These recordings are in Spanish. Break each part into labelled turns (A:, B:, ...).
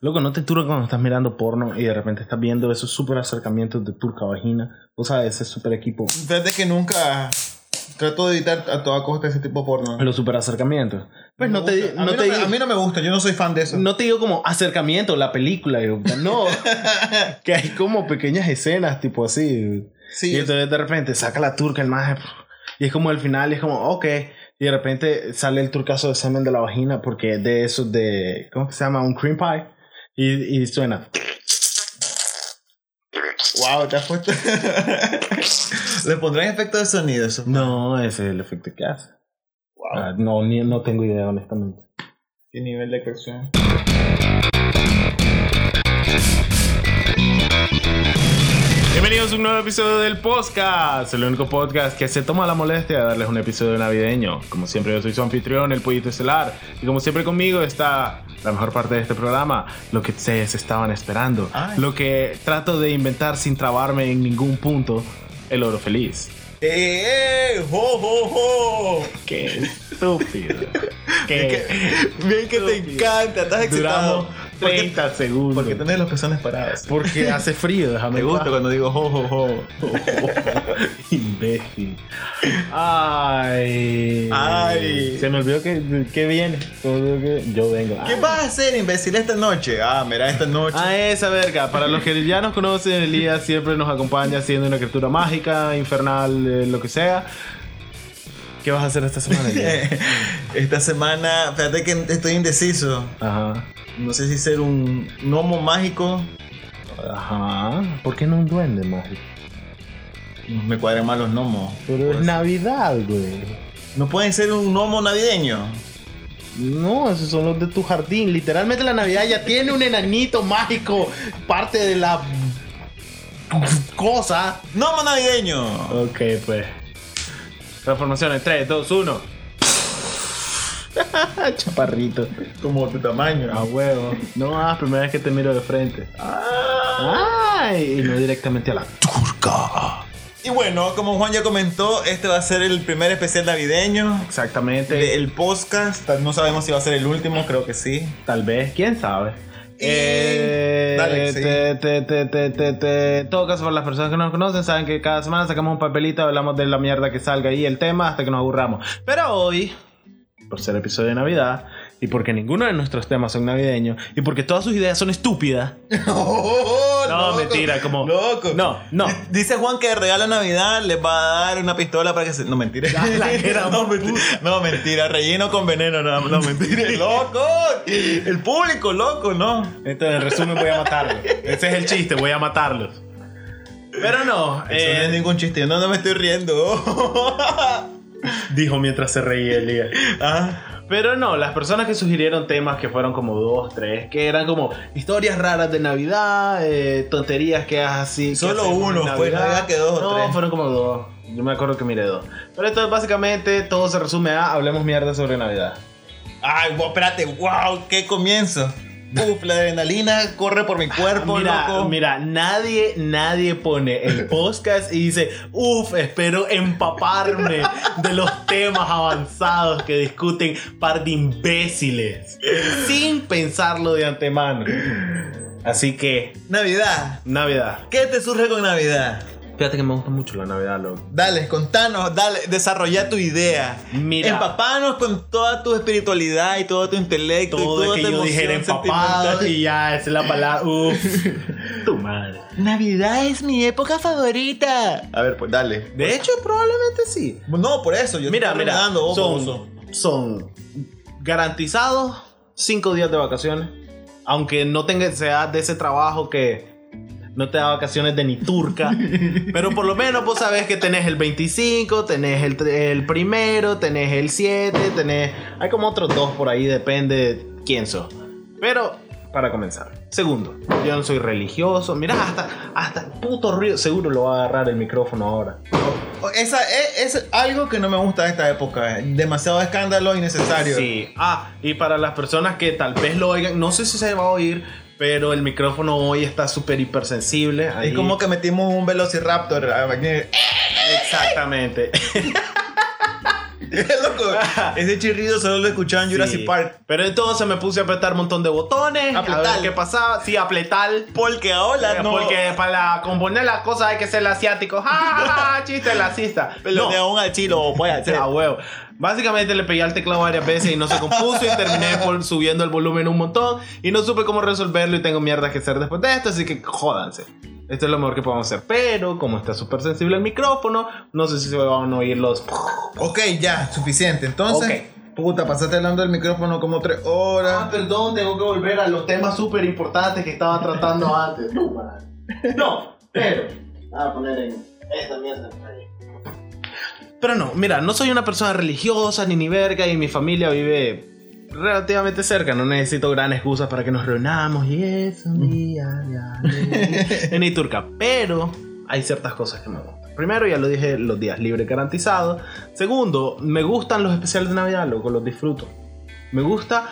A: Loco, no te turba cuando estás mirando porno y de repente estás viendo esos super acercamientos de turca vagina. O sea, ese super equipo.
B: Fíjate que nunca. Trato de evitar a toda costa ese tipo de porno.
A: Los super acercamientos. Pues no,
B: Me
A: te, di-
B: gusta. a,
A: no te
B: mí no, me-
A: di-
B: a mí no me gusta, yo no soy fan de eso.
A: no te digo como acercamiento, la película. yo, No. que hay como pequeñas escenas tipo así.
B: Sí,
A: Y entonces de repente saca la turca el maje. pf, Y es como al final, y es como, ok. Y de repente sale el turcazo de semen de la vagina porque es de esos de. ¿Cómo que se llama? Un cream pie. Y, y suena.
B: wow, te has puesto. Le pondrán efecto de sonido eso.
A: No, ese es el efecto que hace.
B: Wow,
A: Ah, no, ni, no tengo idea, honestamente.
B: qué nivel de coacción.
A: Bienvenidos a un nuevo episodio del podcast, el único podcast que se toma la molestia de darles un episodio navideño. Como siempre, yo soy su anfitrión, el Pollito Estelar, y como siempre conmigo está la mejor parte de este programa, lo que ustedes estaban esperando,
B: Ay.
A: lo que trato de inventar sin trabarme en ningún punto, el oro feliz.
B: ¡Eh, eh! ¡Jo, jo, jo!
A: Qué estúpido. Qué
B: Bien que te
A: Estúpido.
B: encanta, estás excitado.
A: Duramos
B: ¿Por qué-
A: 30 segundos.
B: Porque tenés los pezones parados.
A: Porque hace frío, déjame
B: Me
A: en
B: gusta
A: paz.
B: cuando digo jo, jo, jo.
A: Imbécil. Ay.
B: Ay.
A: Se me olvidó que, que viene. Se me olvidó que yo vengo.
B: ¿Qué
A: Ay.
B: vas a hacer, imbécil, esta noche? Ah, mira, esta noche.
A: A esa verga, para los que ya nos conocen, Elías siempre nos acompaña siendo una criatura mágica, infernal, eh, lo que sea. ¿Qué vas a hacer esta semana, Elías?
B: eh. esta semana, fíjate que estoy indeciso.
A: Ajá.
B: No sé si ser un gnomo mágico.
A: Ajá. ¿Por qué no un duende mágico?
B: Me cuadran mal los gnomos. Pues,
A: Pero es Navidad, güey.
B: ¿No pueden ser un gnomo navideño?
A: No, esos son los de tu jardín. Literalmente la Navidad ya tiene un enanito mágico, parte de la cosa.
B: ¡Gnomo navideño!
A: Ok, pues. Transformación en 3, 2, 1. Chaparrito.
B: Como tu tamaño.
A: A huevo. No, ah, primera vez que te miro de frente. Ay, y no directamente a la.
B: Y bueno, como Juan ya comentó, este va a ser el primer especial navideño.
A: Exactamente.
B: El podcast, no sabemos si va a ser el último, creo que sí.
A: Tal vez, quién sabe.
B: Y-
A: Eh,
B: dale, sí.
A: te, te, te, te, te, te. En Todo caso, para las personas que no nos conocen, saben que cada semana sacamos un papelito, hablamos de la mierda que salga ahí, el tema, hasta que nos aburramos. Pero hoy, por ser episodio de Navidad, y porque ninguno de nuestros temas son navideños, y porque todas sus ideas son estúpidas. No,
B: Oh, loco,
A: mentira, como.
B: Loco.
A: No, no.
B: D- Dice Juan que de regalo a Navidad les va a dar una pistola para que se. No, mentira.
A: la gran
B: no, mentira. No, mentira. Relleno con veneno, no, no, mentira. ¡Loco! El público, loco, ¿no?
A: Entonces, en resumen, voy a matarlos. Ese es el chiste, voy a matarlos. Pero no,
B: Eso no
A: eh,
B: es ningún chiste. Yo no, no me estoy riendo.
A: dijo mientras se reía Elías.
B: Ah,
A: Pero no, las personas que sugirieron temas que fueron como dos, tres, que eran como historias raras de Navidad, eh, tonterías que haces así. que
B: Solo
A: hacemos
B: uno,
A: en
B: fue,
A: Navidad.
B: no había que dos o
A: No,
B: tres.
A: fueron como dos. Yo me acuerdo que miré dos. Pero esto es básicamente todo se resume a hablemos mierda sobre Navidad.
B: Ay, wow, espérate. ¡Wow! ¡Qué comienzo! Uf, la adrenalina corre por mi cuerpo,
A: Ah, Mira,
B: loco.
A: mira, nadie, nadie pone el podcast y dice, uff, espero empaparme de los temas avanzados que discuten par de imbéciles, sin pensarlo de antemano. Así que,
B: Navidad.
A: Navidad.
B: ¿Qué te surge con Navidad?
A: Fíjate que me gusta mucho la Navidad, loco.
B: Dale, contanos, dale, desarrolla tu idea.
A: Mira.
B: Empapanos con toda tu espiritualidad y todo tu intelecto. y
A: Todo
B: toda
A: es
B: tu
A: que yo
B: emoción
A: dijera empapado
B: sentimental.
A: y ya, esa es la palabra. Uff, tu madre.
B: Navidad es mi época favorita. A ver, pues dale.
A: De hecho, probablemente sí.
B: No, por eso, yo
A: Mira,
B: estoy
A: mira,
B: dando, vos, baboso.
A: son, son garantizados cinco días de vacaciones. Aunque no tengas seas de ese trabajo que no te da vacaciones de ni turca. pero por lo menos vos sabés que tenés el 25, tenés el, tre- el primero, tenés el 7, tenés... Hay como otros dos por ahí, depende de quién sos. Pero, para comenzar. Segundo, yo no soy religioso. Mira, hasta, hasta el puto río. Seguro lo va a agarrar el micrófono ahora.
B: Esa es, es algo que no me gusta de esta época. eh. Demasiado escándalo innecesario.
A: Sí. Ah, y para las personas que tal vez lo oigan, no sé si se va a oír, pero el micrófono hoy está súper hipersensible.
B: Es
A: Ahí-
B: como que metimos un velociraptor. a- a-
A: Exactamente.
B: Loco, ese chirrido solo lo escuchaba en Jurassic
A: Sí.
B: Park.
A: Pero entonces me puse a apretar un montón de botones. A
B: Apretar.
A: ver qué pasaba. Sí, apretar.
B: Porque ahora no.
A: Porque para componer las cosas hay que ser asiático. ¡Ja, ja, ja! Chiste racista.
B: Pero
A: No.
B: de aún al chilo, voy a hacer.
A: A huevo. Básicamente le pegué al teclado varias veces y no se compuso y terminé por subiendo el volumen un montón y no supe cómo resolverlo y tengo mierda que hacer después de esto, así que jódanse. Esto es lo mejor que podemos hacer, pero como está súper sensible el micrófono, no sé si se van a oír los...
B: Ok, ya, suficiente. Entonces,
A: Ok.
B: puta, pasaste hablando del micrófono como tres
A: Ah,
B: horas.
A: perdón, tengo que volver a los temas súper importantes que estaba tratando antes. No, para. No, pero... Voy a poner en esta mierda. Pero no, mira, no soy una persona religiosa ni ni verga y mi familia vive relativamente cerca. No necesito gran excusa para que nos reunamos y es un día de alegría en Iturca. Pero hay ciertas cosas que me gustan. Primero, ya lo dije, los días libres garantizados. Segundo, me gustan los especiales de Navidad, loco, los disfruto. Me gusta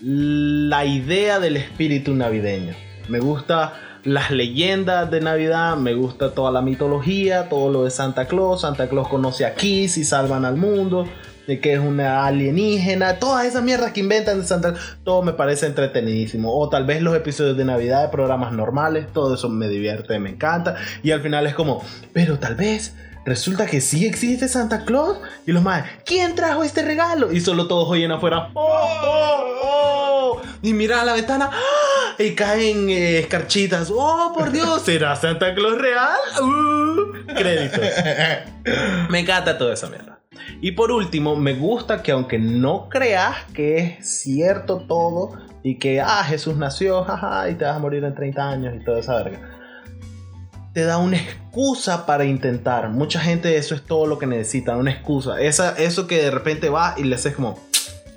A: la idea del espíritu navideño. Me gusta las leyendas de Navidad, me gusta toda la mitología, todo lo de Santa Claus. Santa Claus conoce a Kiss y salvan al mundo, de que es una alienígena, todas esas mierdas que inventan de Santa Claus. Todo me parece entretenidísimo. O tal vez los episodios de Navidad de programas normales, todo eso me divierte, me encanta. Y al final es como, pero tal vez Resulta que sí existe Santa Claus. Y los más, ¿quién trajo este regalo? Y solo todos oyen afuera. ¡Oh, oh, oh! Y miran a la ventana. ¡ah! Y caen eh, escarchitas. ¡Oh, por Dios! ¿Será Santa Claus real? ¡Uh! Créditos. Me encanta toda esa mierda. Y por último, me gusta que aunque no creas que es cierto todo y que, ah, Jesús nació, jaja, y te vas a morir en 30 años y toda esa verga te da una excusa para intentar. Mucha gente eso es todo lo que necesita, una excusa. Esa, eso que de repente va y le haces como,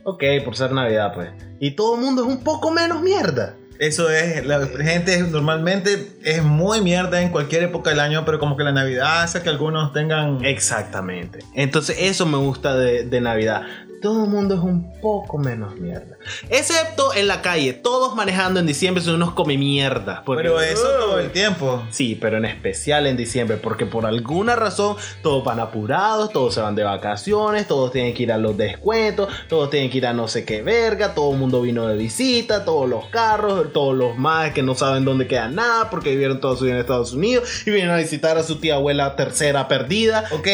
A: ok, por ser Navidad pues. Y todo el mundo es un poco menos mierda.
B: Eso es, la gente es- normalmente es muy mierda en cualquier época del año, pero como que la Navidad hace que algunos tengan...
A: Exactamente. Entonces eso me gusta de, de Navidad. Todo el mundo es un poco menos mierda. Excepto en la calle. Todos manejando en diciembre son unos come mierda.
B: Pero eso todo el tiempo.
A: Sí, pero en especial en diciembre, porque por alguna razón todos van apurados, todos se van de vacaciones, todos tienen que ir a los descuentos, todos tienen que ir a no sé qué verga, todo el mundo vino de visita, todos los carros, todos los más que no saben dónde queda nada porque vivieron toda su vida en Estados Unidos y vinieron a visitar a su tía abuela tercera perdida.
B: Ok,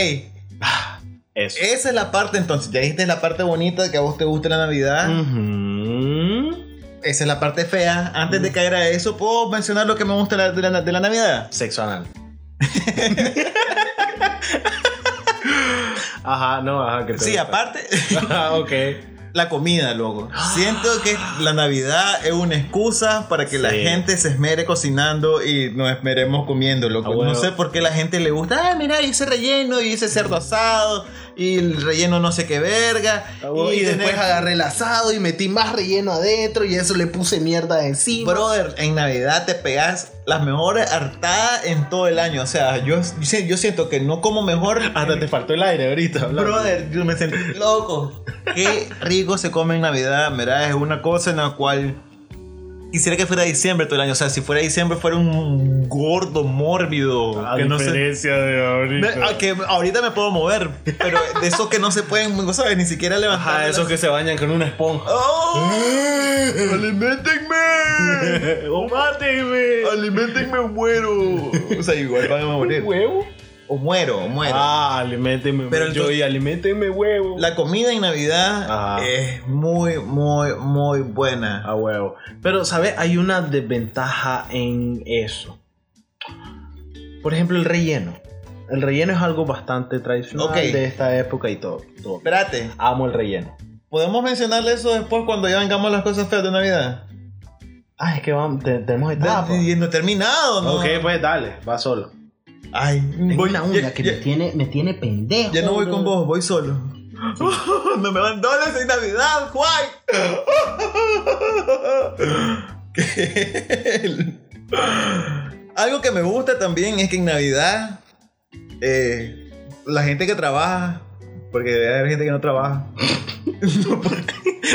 A: Eso.
B: esa es la parte entonces, ya dijiste la parte bonita de que a vos te gusta la Navidad.
A: Mm. Ujú.
B: Esa es la parte fea. Antes de caer a eso, ¿puedo mencionar lo que me gusta de la, de la- de la Navidad?
A: Sexo anal. ajá, no, ajá, que te
B: Sí,
A: gusta.
B: aparte,
A: Ajá, ok.
B: la comida, loco.
A: ¡Ah!
B: Siento que la Navidad es una excusa para que la
A: Sí.
B: gente se esmere cocinando y nos esmeremos comiendo, loco.
A: Ah, bueno.
B: No sé por qué la gente le gusta, ah, mira, y ese relleno y ese cerdo asado y el relleno no sé qué verga.
A: Ah, bueno, Y,
B: tener-
A: después agarré el asado y metí más relleno adentro y eso le puse mierda encima.
B: Brother, en Navidad te pegas las mejores hartadas en todo el año. O sea, yo, yo siento que no como mejor
A: Hasta te faltó el aire ahorita.
B: Brother, yo me sentí loco. Qué rico se come en Navidad, ¿verdad? Es una cosa en la cual quisiera que fuera diciembre todo el año. O sea, si fuera diciembre, fuera un gordo mórbido. que no se.
A: de
B: Me-
A: ahorita.
B: ah, que ahorita me puedo mover, pero de esos que no se pueden, no sabes, ni siquiera levantar.
A: Ajá, esos que se bañan con una esponja.
B: ¡Oh! ¡Alimentenme!
A: ¡O Oh, máteme!
B: ¡Alimentenme o muero! O sea, igual van a morir.
A: huevo?
B: O muero, o muero.
A: Ah, alimentenme.
B: Pero
A: yo
B: entonces-
A: y alimentenme huevo.
B: La comida en Navidad
A: Ajá.
B: es muy, muy, muy buena.
A: A huevo. Pero, ¿sabes? Hay una desventaja en eso. Por ejemplo, el relleno. El relleno es algo bastante tradicional
B: Ok.
A: de esta época y todo. todo.
B: Espérate,
A: Amo el relleno.
B: ¿podemos mencionarle eso después cuando ya vengamos las cosas feas de Navidad?
A: Ah, es que vamos, te- tenemos
B: Ah,
A: etapa.
B: y no he terminado, ¿no?
A: pues. Ok, pues dale, va solo.
B: Ay,
C: Tengo
B: voy-
C: una uña
B: ya,
C: que
B: ya-
C: me tiene, me tiene pendejo.
B: ya no voy con
C: bro.
B: vos, voy solo. no me abandones en Navidad, Juan. Que- Algo que me gusta también es que en Navidad eh, la gente que trabaja, porque debe haber gente que no trabaja.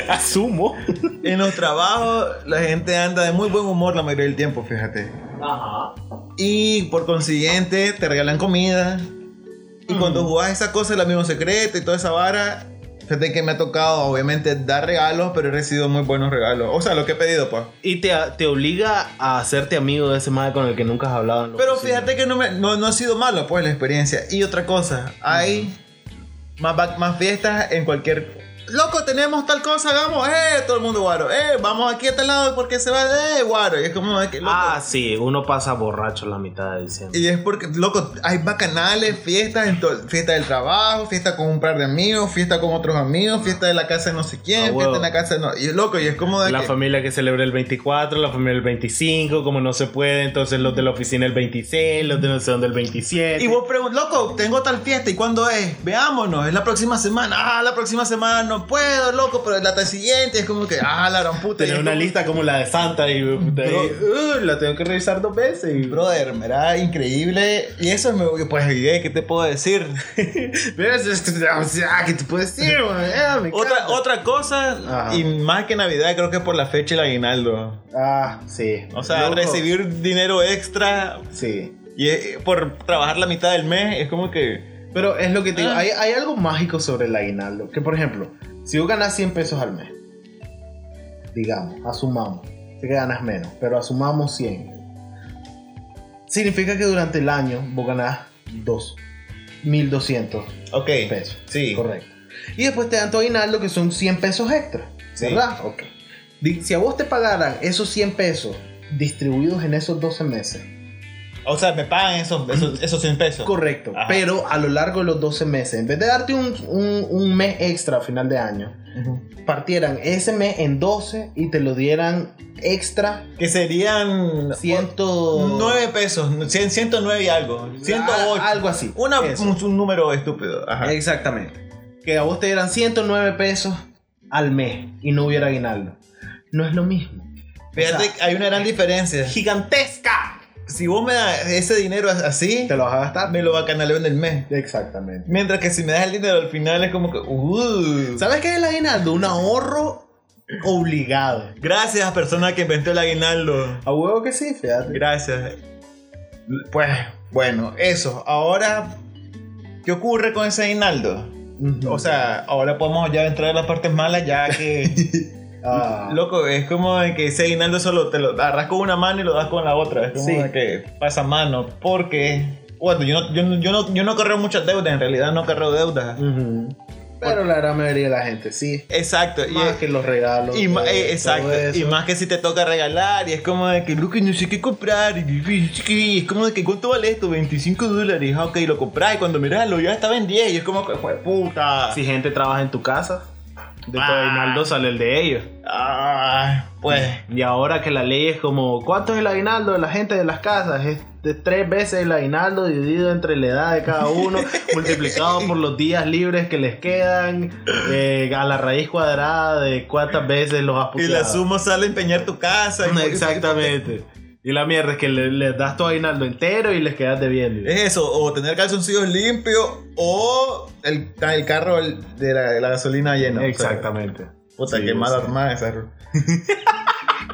A: Asumo.
B: En los trabajos la gente anda de muy buen humor la mayoría del tiempo, fíjate.
A: Ajá.
B: Y por Mm. consiguiente te regalan comida. Y cuando jugás esa cosa, el amigo secreto y toda esa vara, Fíjate que me ha tocado, obviamente, dar regalos, pero he recibido muy buenos regalos. O sea, lo que he pedido, pues.
A: Y te, te obliga a hacerte amigo de ese madre con el que nunca has hablado. en la
B: Pero
A: oficina.
B: fíjate que no, me- no, no ha sido malo, pues, la experiencia. Y otra cosa, hay más, va- más fiestas en cualquier... Loco, tenemos tal cosa, hagamos, eh, todo el mundo guaro, eh, vamos aquí a tal lado porque se va, eh, guaro. Y es como, de que, loco.
A: Ah, sí, uno pasa borracho la mitad de diciembre.
B: Y es porque, loco, hay bacanales, fiestas, en to- fiesta del trabajo, fiesta con un par de amigos, fiesta con otros amigos, fiesta de la casa de no sé quién,
A: Ah,
B: fiesta
A: huevo.
B: en la casa de no... Y loco, y es como de
A: La
B: que-
A: familia que celebra el 24, la familia el 25, como no se puede, entonces los de la oficina el 26, los de no sé dónde el 27.
B: Y vos preguntas, loco, tengo tal fiesta, ¿y cuándo es? Veámonos, es la próxima semana. Ah, la próxima semana no puedo, loco, pero es la ta- siguiente. Es como que, ah, la gran puta. Y
A: Tener
B: es
A: una
B: como-
A: lista como la de Santa y, puta, y,
B: Bro.
A: uh, la tengo que revisar dos veces. y-
B: Brother, ¿verdad? Increíble. Y eso me pues, ¿qué qué te puedo decir? Este,
A: Ves, es que- o sea, ¿qué te puedo decir, güey? Ah, me
B: otra,
A: encanta.
B: otra cosa,
A: Ajá.
B: y más que Navidad, creo que es por la fecha y el aguinaldo.
A: Ah, sí.
B: O sea,
A: Loco.
B: recibir dinero extra
A: Sí.
B: y eh, por trabajar la mitad del mes es como que.
A: Pero es lo que te digo,
B: Ah.
A: hay, hay algo mágico sobre el aguinaldo. Que por ejemplo, si vos ganas 100 pesos al mes, digamos, asumamos, sé que ganas menos, pero asumamos 100. Significa que durante el año vos ganás 2, 1200
B: Ok.
A: pesos.
B: Sí.
A: Correcto. Y después te dan tu aguinaldo que son 100 pesos extra,
B: Sí.
A: ¿verdad? Ok. Di- Si a vos te pagaran esos 100 pesos distribuidos en esos 12 meses,
B: O sea, me pagan esos, esos, esos 100 pesos.
A: Correcto,
B: Ajá.
A: pero a lo largo de los 12 meses, en vez de darte un, un- un mes extra a final de año,
B: Ujú.
A: partieran ese mes en 12 y te lo dieran extra
B: Que serían
A: 109,
B: 9 pesos, 100, 109 y algo, 108.
A: a- Ah, algo así.
B: Una,
A: Eso. Eh,
B: un, un número estúpido. Ajá.
A: Exactamente. Que a vos te dieran 109 pesos al mes y no hubiera aguinaldo. No es lo mismo.
B: Fíjate,
A: o sea,
B: que hay una gran diferencia.
A: ¡Gigantesca!
B: Si vos me das ese dinero así,
A: Te lo vas a gastar.
B: me lo bacanaleo en el mes.
A: Exactamente.
B: Mientras que si me das el dinero al final es como que. Uh,
A: ¿Sabes qué es el aguinaldo? Un ahorro obligado.
B: gracias, persona que inventó el aguinaldo.
A: A huevo que sí, fíjate.
B: Gracias. Pues, bueno, eso. Ahora, ¿qué ocurre con ese aguinaldo? O sea, ahora podemos ya entrar en las partes malas, ya que.
A: Ah.
B: Loco, es como de que ese aguinaldo solo te lo agarras con una mano y lo das con la otra. Es como
A: Sí.
B: de que pasa mano. Porque, bueno, yo no, yo, no- yo no, yo no carreo muchas deudas, en realidad no carreo deudas.
A: Ujú. Pero la gran mayoría de la gente sí.
B: Exacto. Y
A: Más
B: es-
A: que los regalos.
B: y ma-
A: todo-
B: eh,
A: todo
B: exacto.
A: eso.
B: Y más que si te toca regalar, y es como de que, loco, no sé qué comprar. y- y- y- y- y es como de que, ¿cuánto vale esto? 25 dólares. Ah, Ok, lo compras y cuando miras, lo ya estaba en 10. Y es como que, fue puta.
A: Si gente trabaja en tu casa, de tu
B: Ah.
A: aguinaldo sale el de ellos.
B: Ah, pues.
A: Y ahora que la ley es como, ¿cuánto es el aguinaldo de la gente de las casas? Es de tres veces el aguinaldo dividido entre la edad de cada uno, multiplicado por los días libres que les quedan, eh, a la raíz cuadrada de cuántas veces los has
B: Y la
A: puteado.
B: suma sale empeñar tu casa. y-
A: Exactamente. Y la mierda es que le- les das tu aguinaldo entero y les quedas debiendo.
B: Es eso, o tener calzoncillos limpios o el, el carro el- de la, la gasolina lleno.
A: Exactamente.
B: O sea, puta,
A: Sí,
B: qué
A: yo
B: mala
A: sé.
B: armada esa ru-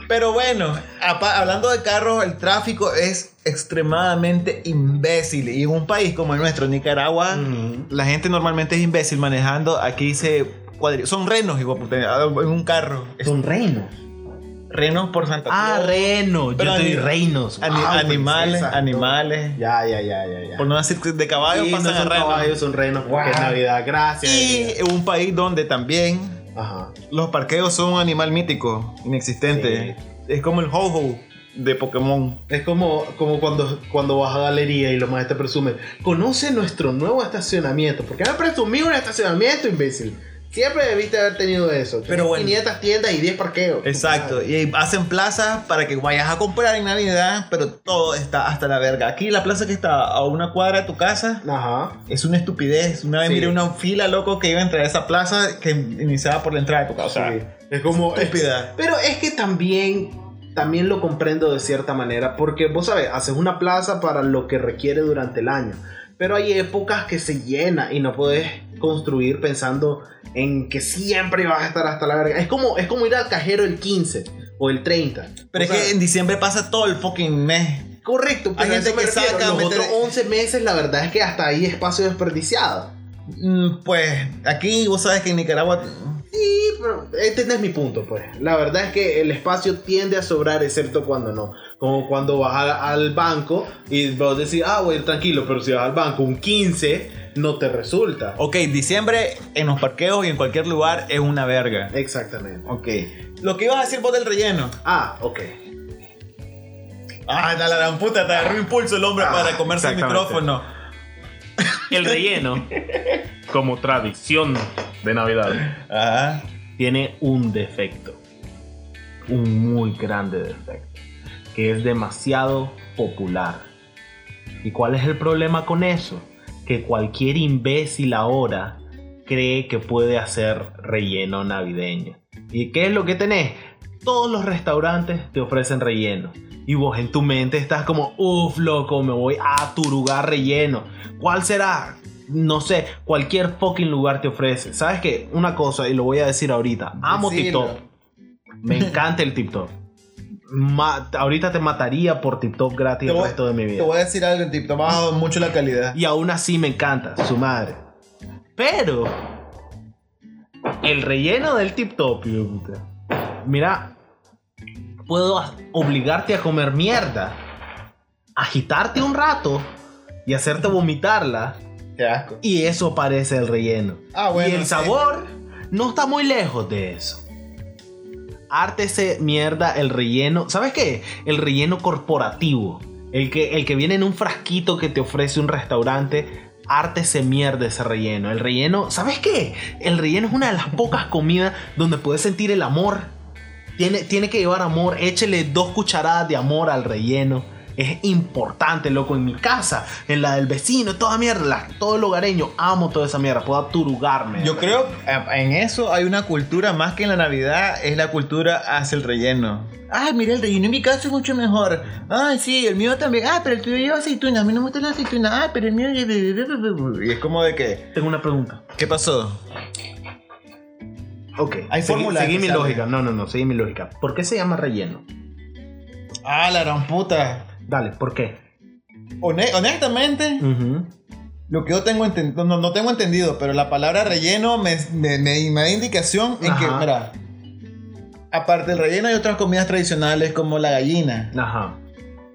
B: Pero bueno, apa- hablando de carros, el tráfico es extremadamente imbécil. Y en un país como el nuestro, Nicaragua,
A: Ujú.
B: la gente normalmente es imbécil manejando. Aquí se cuadri- Son renos, hijo de puta, en ah, un carro. Es-
A: Son reinos.
B: Renos por Santa Ah, pues,
A: Ah,
B: Claus.
A: reno.
B: Pero
A: Yo estoy
B: ani-
A: reinos. Ah, pues,
B: Ani-
A: Wow,
B: animales,
A: princesa.
B: animales.
A: Ya, ya, ya, ya. ya.
B: Por no decir de caballos,
A: Sí, no
B: pasan
A: son
B: a renos.
A: caballos, son reinos porque
B: Wow.
A: es Navidad. Gracias.
B: Y en un país donde también
A: Ajá.
B: los parqueos son un animal mítico, inexistente. Es como el Ho-Ho de Pokémon.
A: Es como, como cuando, cuando vas a galería y los más te presumen. Conoce nuestro nuevo estacionamiento. ¿Por qué me presumí un estacionamiento, imbécil? Siempre debiste haber tenido eso. Tenés
B: Pero bueno.
A: 500 tiendas y 10 parqueos.
B: Exacto,
A: Madre.
B: y hacen plazas para que vayas a comprar en Navidad, pero todo está hasta la verga. Aquí la plaza que está a una cuadra de tu casa
A: Ajá.
B: es una estupidez. Una vez
A: Sí.
B: miré una fila loco que iba a entrar a esa plaza que iniciaba por la entrada de tu casa.
A: Sí. Es
B: pues,
A: como.
B: Estúpida.
A: Pero es que también, también lo comprendo de cierta manera, porque vos sabes, haces una plaza para lo que requiere durante el año, pero hay épocas que se llena y no puedes construir pensando en que siempre vas a estar hasta la verga. Es como, es como ir al cajero el 15 o el 30.
B: Pero
A: O
B: es
A: sea,
B: que en diciembre pasa todo el fucking mes.
A: Correcto, pero
B: hay
A: a eso
B: gente
A: me
B: que
A: refiero,
B: saca,
A: los
B: meter-
A: otros 11 meses la verdad es que hasta ahí espacio desperdiciado.
B: Mm, Pues aquí vos sabes que en Nicaragua.
D: Sí, pero entendés mi punto, pues. La verdad es que el espacio tiende a sobrar, excepto cuando no. Como cuando vas al, al banco y vos decís, ah, voy a ir tranquilo, pero si vas al banco un 15, no te resulta.
B: Ok, diciembre en los parqueos y en cualquier lugar es una verga.
D: Exactamente.
B: Ok. Lo que ibas a decir vos del relleno.
D: Ah, ok.
B: Ah, la gran puta, te agarró impulso el hombre
D: Ah,
B: para comerse el
A: exactamente.
B: micrófono.
A: El relleno, como tradición de Navidad,
B: Ajá.
A: tiene un defecto. Un muy grande defecto. Que es demasiado popular. ¿Y cuál es el problema con eso? Que cualquier imbécil ahora cree que puede hacer relleno navideño. ¿Y qué es lo que tenés? Todos los restaurantes te ofrecen relleno. Y vos en tu mente estás como, uff, loco, me voy a turugar relleno. ¿Cuál será? No sé, cualquier fucking lugar te ofrece. ¿Sabes qué? Una cosa, y lo voy a decir ahorita. Amo
B: Decilo.
A: TikTok. Me encanta el TikTok. Ma- ahorita te mataría por TikTok gratis el resto de mi vida.
B: te voy a decir algo, tip, te ha bajado mucho la calidad.
A: Y aún así me encanta, su madre. Pero el relleno del tip top, hijo de puta. Mira, puedo a- obligarte a comer mierda, agitarte un rato y hacerte vomitarla.
B: Qué asco.
A: Y eso parece el relleno.
B: Ah, bueno,
A: y el
B: sí.
A: sabor no está muy lejos de eso. Ártese mierda el relleno. ¿Sabes qué? El relleno corporativo. El que, el que viene en un frasquito que te ofrece un restaurante. Ártese mierda ese relleno. El relleno, ¿sabes qué? El relleno es una de las pocas comidas donde puedes sentir el amor. Tiene, tiene que llevar amor. Échele dos cucharadas de amor al relleno. Es importante, loco. En mi casa, en la del vecino, toda mierda. la- todo el hogareño. Amo toda esa mierda. Puedo aturugarme.
B: Yo creo eh, en eso hay una cultura más que en la Navidad, es la cultura hacia el relleno. Ay, mira, el relleno en mi caso es mucho mejor. Ay, sí, el mío también. Ah, pero el tuyo lleva aceitunas. A mí no me gusta la aceituna. Ah, pero el mío. Y es como de que.
A: Tengo una pregunta.
B: ¿Qué pasó?
A: Ok.
B: Hay
A: seguí,
B: fórmulas
A: seguí
B: que
A: mi
B: salen.
A: lógica. No, no, no. Seguí mi lógica. ¿Por qué se llama relleno?
B: Ah, la gran puta.
A: Dale, ¿por qué?
B: Hone- honestamente,
A: Ujú.
B: lo que yo tengo entendido, no, no tengo entendido, pero la palabra relleno me, me- me- me da indicación en que,
A: Ajá.
B: mira, aparte del relleno hay otras comidas tradicionales como la gallina,
A: Ajá.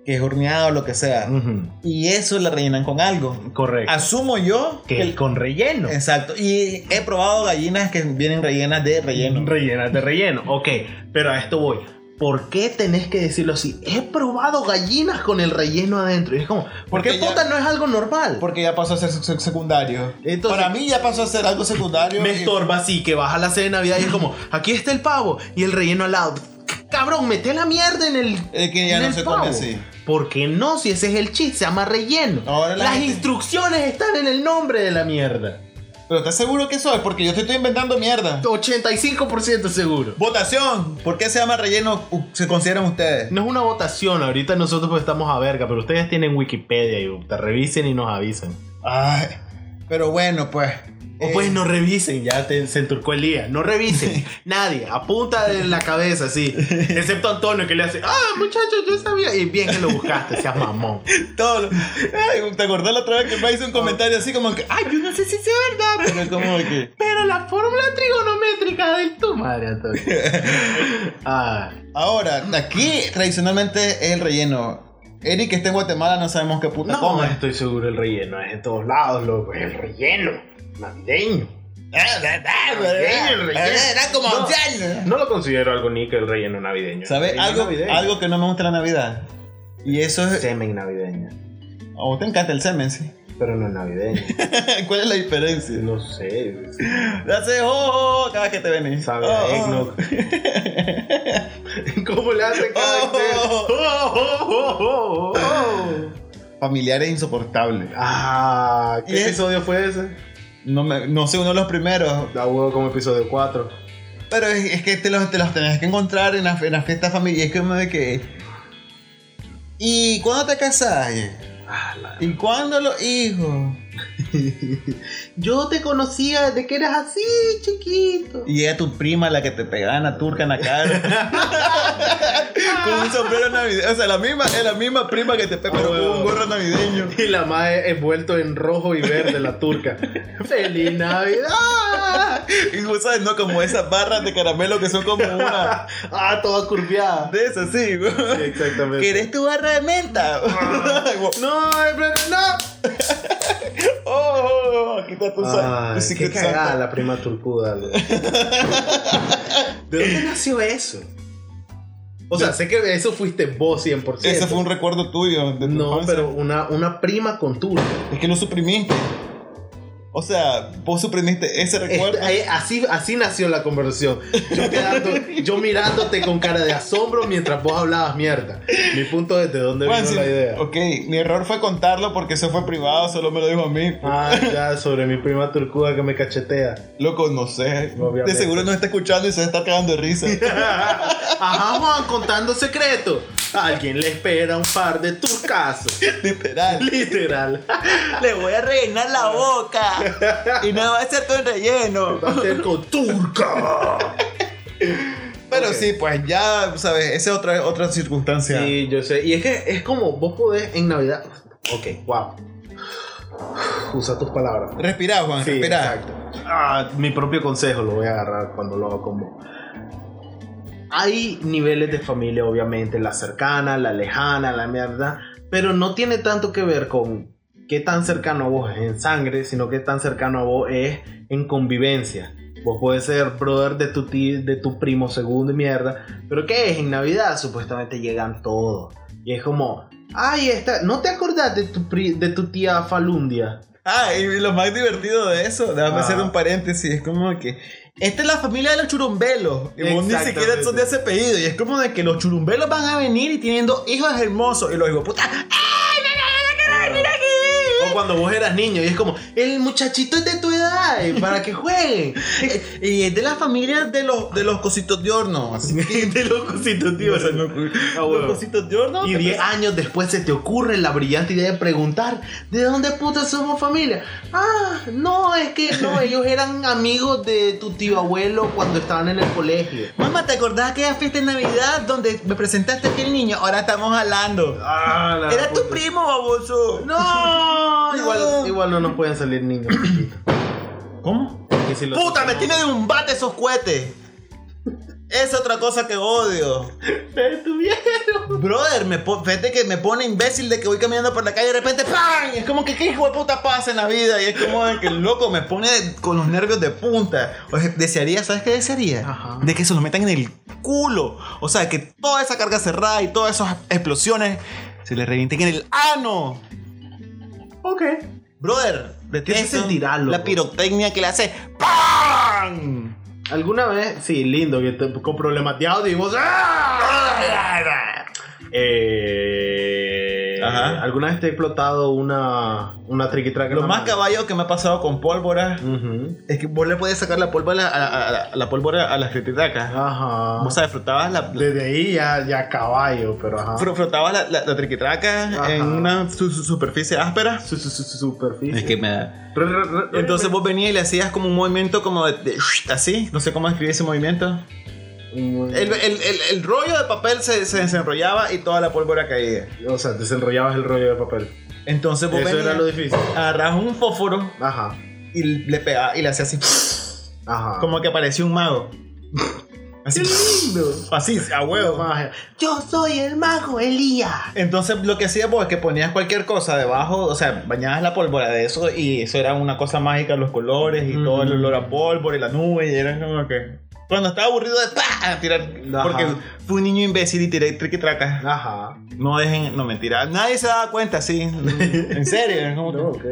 B: que es horneada o lo que sea.
A: Ujú.
B: Y eso la rellenan con algo.
A: Correcto.
B: Asumo yo
A: que es con relleno.
B: Exacto. Y he probado gallinas que vienen rellenas de relleno.
A: Rellenas de relleno. Ok, pero a esto voy. ¿Por qué tenés que decirlo así? He probado gallinas con el relleno adentro. Y es como, ¿por
B: Porque
A: qué
B: ya-
A: puta no es algo normal?
B: Porque ya pasó a ser sec- secundario.
A: Entonces-
B: Para mí ya pasó a ser algo secundario.
A: Me
B: y-
A: estorba así, que vas a la cena de Navidad y es como, aquí está el pavo y el relleno al lado. C- Cabrón, mete la mierda en el.
B: Es que ya
A: en
B: no
A: el
B: se come
A: pavo.
B: así.
A: ¿Por qué no? Si ese es el chiste, se llama relleno.
B: Ahora la
A: Las
B: gente-
A: instrucciones están en el nombre de la mierda.
B: Pero ¿estás seguro que eso es? Porque yo te estoy inventando mierda.
A: 85% seguro.
B: Votación. ¿Por qué se llama relleno? u- Se consideran ustedes.
A: No es una votación, ahorita nosotros pues estamos a verga, pero ustedes tienen Wikipedia y te revisen y nos avisen.
B: Ay. Pero bueno, pues.
A: O
B: eh,
A: pues no revisen, ya te- se enturcó el día. No revisen, nadie, apunta en la cabeza así. Excepto Antonio que le hace, ah, muchacho, yo sabía. Y bien que lo buscaste, seas mamón.
B: todo lo- Ay, ¿Te acordás la otra vez que me hizo un comentario así como que. Ay, yo no sé si sea verdad. Pero como que.
A: Pero la fórmula trigonométrica de tu madre, Antonio. Ah,
B: Ahora, aquí tradicionalmente es el relleno. Eric que está en Guatemala no sabemos qué puta
A: no, eh.
B: come.
A: estoy seguro, el relleno es de todos lados, loco. El relleno, navideño.
B: Ah,
A: relleno, el relleno.
B: Era ah, como
A: No. No lo considero algo ni que el relleno navideño.
B: ¿Sabes?
A: Relleno
B: Algo,
A: navideño.
B: algo que no me gusta de la Navidad. Y eso es...
A: Semen navideño.
B: A vos te encanta el semen, sí.
A: Pero no es navideño.
B: ¿Cuál es la diferencia?
A: No sé.
B: Hace oh, oh, cada vez que te venís.
A: Sabe
B: Oh,
A: a
B: oh.
A: eggnog. ¿Cómo le hace
B: Oh.
A: carácter? oh,
B: Familiar e insoportable.
A: Ah, ¿qué
B: ¿Y es?
A: episodio fue ese?
B: No, me- no sé, uno de los primeros.
A: La huevo como episodio 4.
B: Pero es, es que te los, te los tenés que encontrar en las en las fiestas familiares. Es como de que... ¿Y cuándo te casás? ¿Y cuándo los hijos?
A: Yo te conocía desde que eras así, chiquito.
B: Y era tu prima la que te pegaba una turca en la cara. con un sombrero navideño. O sea, la misma, es la misma prima que te pega, pero
A: Ah,
B: con un gorro navideño.
A: Y la madre envuelto en rojo y verde, la turca. ¡Feliz Navidad!
B: Y vos sabes, ¿no? Como esas barras de caramelo que son como una.
A: Ah, toda curviada.
B: De esas, sí, güey.
A: Sí, exactamente.
B: ¿Querés tu barra de menta?
A: No, eh, pero no.
B: ¡Oh! Aquí está tu, sa- tu
A: Ay, qué
B: Secret
A: cagada
B: Santa.
A: la prima turcuda. güey. ¿De dónde nació eso? O sea, sé que eso fuiste vos 100%.
B: Ese fue un recuerdo tuyo. de tu
A: No,
B: infancia.
A: pero una, una prima con turco.
B: Es que lo suprimiste. O sea, vos suprimiste ese recuerdo.
A: Este, ahí- así, así nació la conversación. Yo, quedando- yo mirándote con cara de asombro mientras vos hablabas mierda. Mi punto es de dónde vino
B: Bueno, sí,
A: la idea.
B: Ok, mi error fue contarlo porque eso fue privado, solo me lo dijo a mí.
A: Ah, ya, sobre mi prima turcuda que me cachetea.
B: Loco, no sé.
A: Obviamente.
B: De seguro no está escuchando y se está cagando de risa.
A: Ajá, Juan, contando secreto. Alguien le espera un par de turcazos.
B: Literal.
A: Literal.
B: Le voy a rellenar la boca. Y no va a ser todo relleno.
A: Va a ser con turca.
B: Pero
A: Ok.
B: sí, pues ya, sabes, esa es otra, otra circunstancia.
A: Sí, yo sé. Y es que es como vos podés en Navidad. Ok, wow. Usa tus palabras.
B: Respirá, Juan,
A: Sí,
B: respirá.
A: exacto. Ah, mi propio consejo lo voy a agarrar cuando lo hago con vos. Hay niveles de familia, obviamente, la cercana, la lejana, la mierda, pero no tiene tanto que ver con qué tan cercano a vos es en sangre, sino qué tan cercano a vos es en convivencia. Vos puedes ser brother de tu, ti- de tu primo segundo y mierda, pero ¿qué es? En Navidad supuestamente llegan todos. Y es como, ay, esta, ¿no te acordás de tu, pri- de tu tía Falundia?
B: Ah, y lo más divertido de eso, déjame
A: Ah.
B: hacer un paréntesis, es como que. Esta es la familia de los churumbelos. Y vos ni
A: Exactamente.
B: siquiera son de ese apellido. Y es como de que los churumbelos van a venir y tienen dos hijos hermosos. Y los hijos, puta. ¡Ay, me acabo de acordar, mira aquí!
A: O cuando vos eras niño y es como, el muchachito es de tu edad, eh, para que jueguen.
B: Y es de la familia de los, de los cositos de horno. Así
A: de locos y tu tío. Ah,
B: los
A: bueno.
B: cositos de horno.
A: Y 10 años después se te ocurre la brillante idea de preguntar, ¿de dónde puta somos familia? Ah, no, es que no, ellos eran amigos de tu tío abuelo cuando estaban en el colegio.
B: Mamá, ¿te acordás aquella fiesta de Navidad donde me presentaste a aquel niño? Ahora estamos hablando.
A: Ah, la
B: Era tu
A: puta.
B: primo, baboso.
A: No,
B: No.
A: Igual, igual no nos pueden salir niños chiquitos.
B: ¿Cómo?
A: Y si los-
B: Puta, me tiene de un bate esos cohetes. Es otra cosa que odio.
A: Te detuvieron.
B: Brother, me po- fíjate que me pone imbécil de que voy caminando por la calle y de repente ¡pam! Y Es como que qué hijo de puta pasa en la vida. Y es como de que loco me pone con los nervios de punta. O sea, desearía, ¿sabes qué desearía?
A: Ajá.
B: De que se los metan en el culo. O sea, que toda esa carga cerrada y todas esas explosiones se le revienten en el ano.
A: Ok.
B: Brother, detesto
A: sentirá, loco?
B: La pirotecnia que le hace ¡pam!
A: ¿Alguna vez? Sí, lindo, que te, con problemas de audio y vos... ¡Ah! Eh,
B: Ajá.
A: ¿Alguna vez te he explotado una, una triquitraca? en
B: Lo
A: la
B: más
A: mano?
B: caballo que me ha pasado con pólvora
A: Ujú.
B: es que vos le puedes sacar la pólvora a, a- a- a la pólvora a las criticacas.
A: Ajá.
B: Vos sabes, frotabas la, la-
A: Desde ahí ya, ya caballo, pero ajá.
B: fro- frotabas la, la- la triquitraca
A: Ajá.
B: en una su- su- superficie áspera.
A: Su- su- su- su- superficie.
B: Es que me da-
A: Re- re- re- re-
B: Entonces vos venías y le hacías como un movimiento como de, de- así, no sé cómo escribir ese movimiento.
A: Mm,
B: El, el- el- el rollo de papel se, se desenrollaba y toda la pólvora caía.
A: o sea, desenrollabas el rollo de papel.
B: Entonces vos
A: Eso era lo
B: venías,
A: difícil.
B: agarrabas un fósforo
A: Ajá.
B: y le pegabas y le hacías así,
A: Ajá.
B: como que apareció un mago. Así,
A: ¡Qué lindo!
B: así, a huevo.
A: Magia. Yo soy el mago Elías.
B: Entonces lo que hacías vos es que ponías cualquier cosa debajo, o sea, bañabas la pólvora de eso y eso era una cosa mágica, los colores y
A: Ujú.
B: todo el olor
A: Mm.
B: a pólvora y la nube y eran como que... Cuando estaba aburrido de ¡pah! a tirar,
A: Ajá.
B: porque fue un niño imbécil y tiré triquitracas.
A: Ajá.
B: No dejen, no mentira, nadie se daba cuenta, sí. en serio. era como que-
A: Mm. No, ok.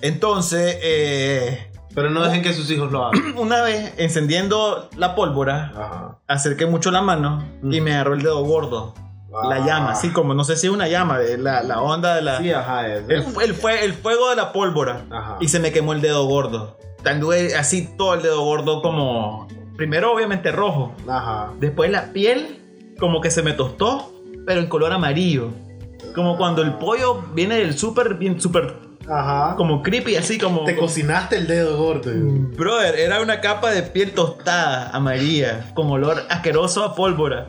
B: Entonces, eh,
A: Pero no dejen que sus hijos lo hagan.
B: una vez encendiendo la pólvora,
A: Ajá.
B: acerqué mucho la mano y
A: Ujú.
B: me agarró el dedo gordo. La
A: Mm. Ah.
B: llama, así como, no sé si es una llama, eh, la, la onda de la...
A: Sí, ajá. es-
B: El, fue- el fue- el fuego de la pólvora.
A: Ajá.
B: Y se me quemó el dedo gordo. Anduve así todo el dedo gordo como... Primero obviamente rojo.
A: Ajá.
B: Después la piel como que se me tostó, pero en color amarillo. Como cuando el pollo viene del súper bien súper
A: Ajá.
B: Como creepy, así como. Mm.
A: Te cocinaste el dedo gordo.
B: Brother, era una capa de piel tostada, amarilla, con olor asqueroso a pólvora.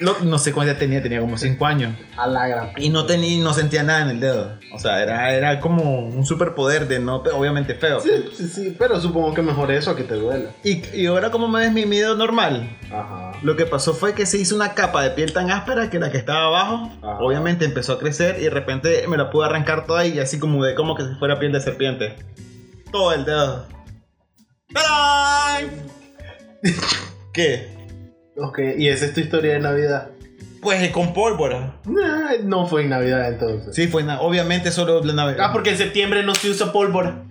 B: No, no sé cuánta tenía, tenía como 5 años.
C: A la gran.
B: Y no, tenía, no sentía nada en el dedo. O sea, era, era como un superpoder de no, obviamente feo.
A: Sí, sí, sí, pero supongo que mejor eso a que te duela.
B: Y, y ahora como me ves mi miedo normal,
A: Ajá.
B: Lo que pasó fue que se hizo una capa de piel tan áspera que la que estaba abajo,
A: Ajá.
B: obviamente empezó a crecer y de repente me la pude arrancar toda y así como de como que si fuera piel de serpiente. Todo el dedo. ¡Tarán! ¿Qué?
A: Ok, y esa es tu historia de Navidad. eh,
B: Pues con pólvora.
A: Nah, no fue en Navidad entonces.
B: Sí, fue na- obviamente solo la nave.
A: Ah, porque en septiembre no se usa pólvora.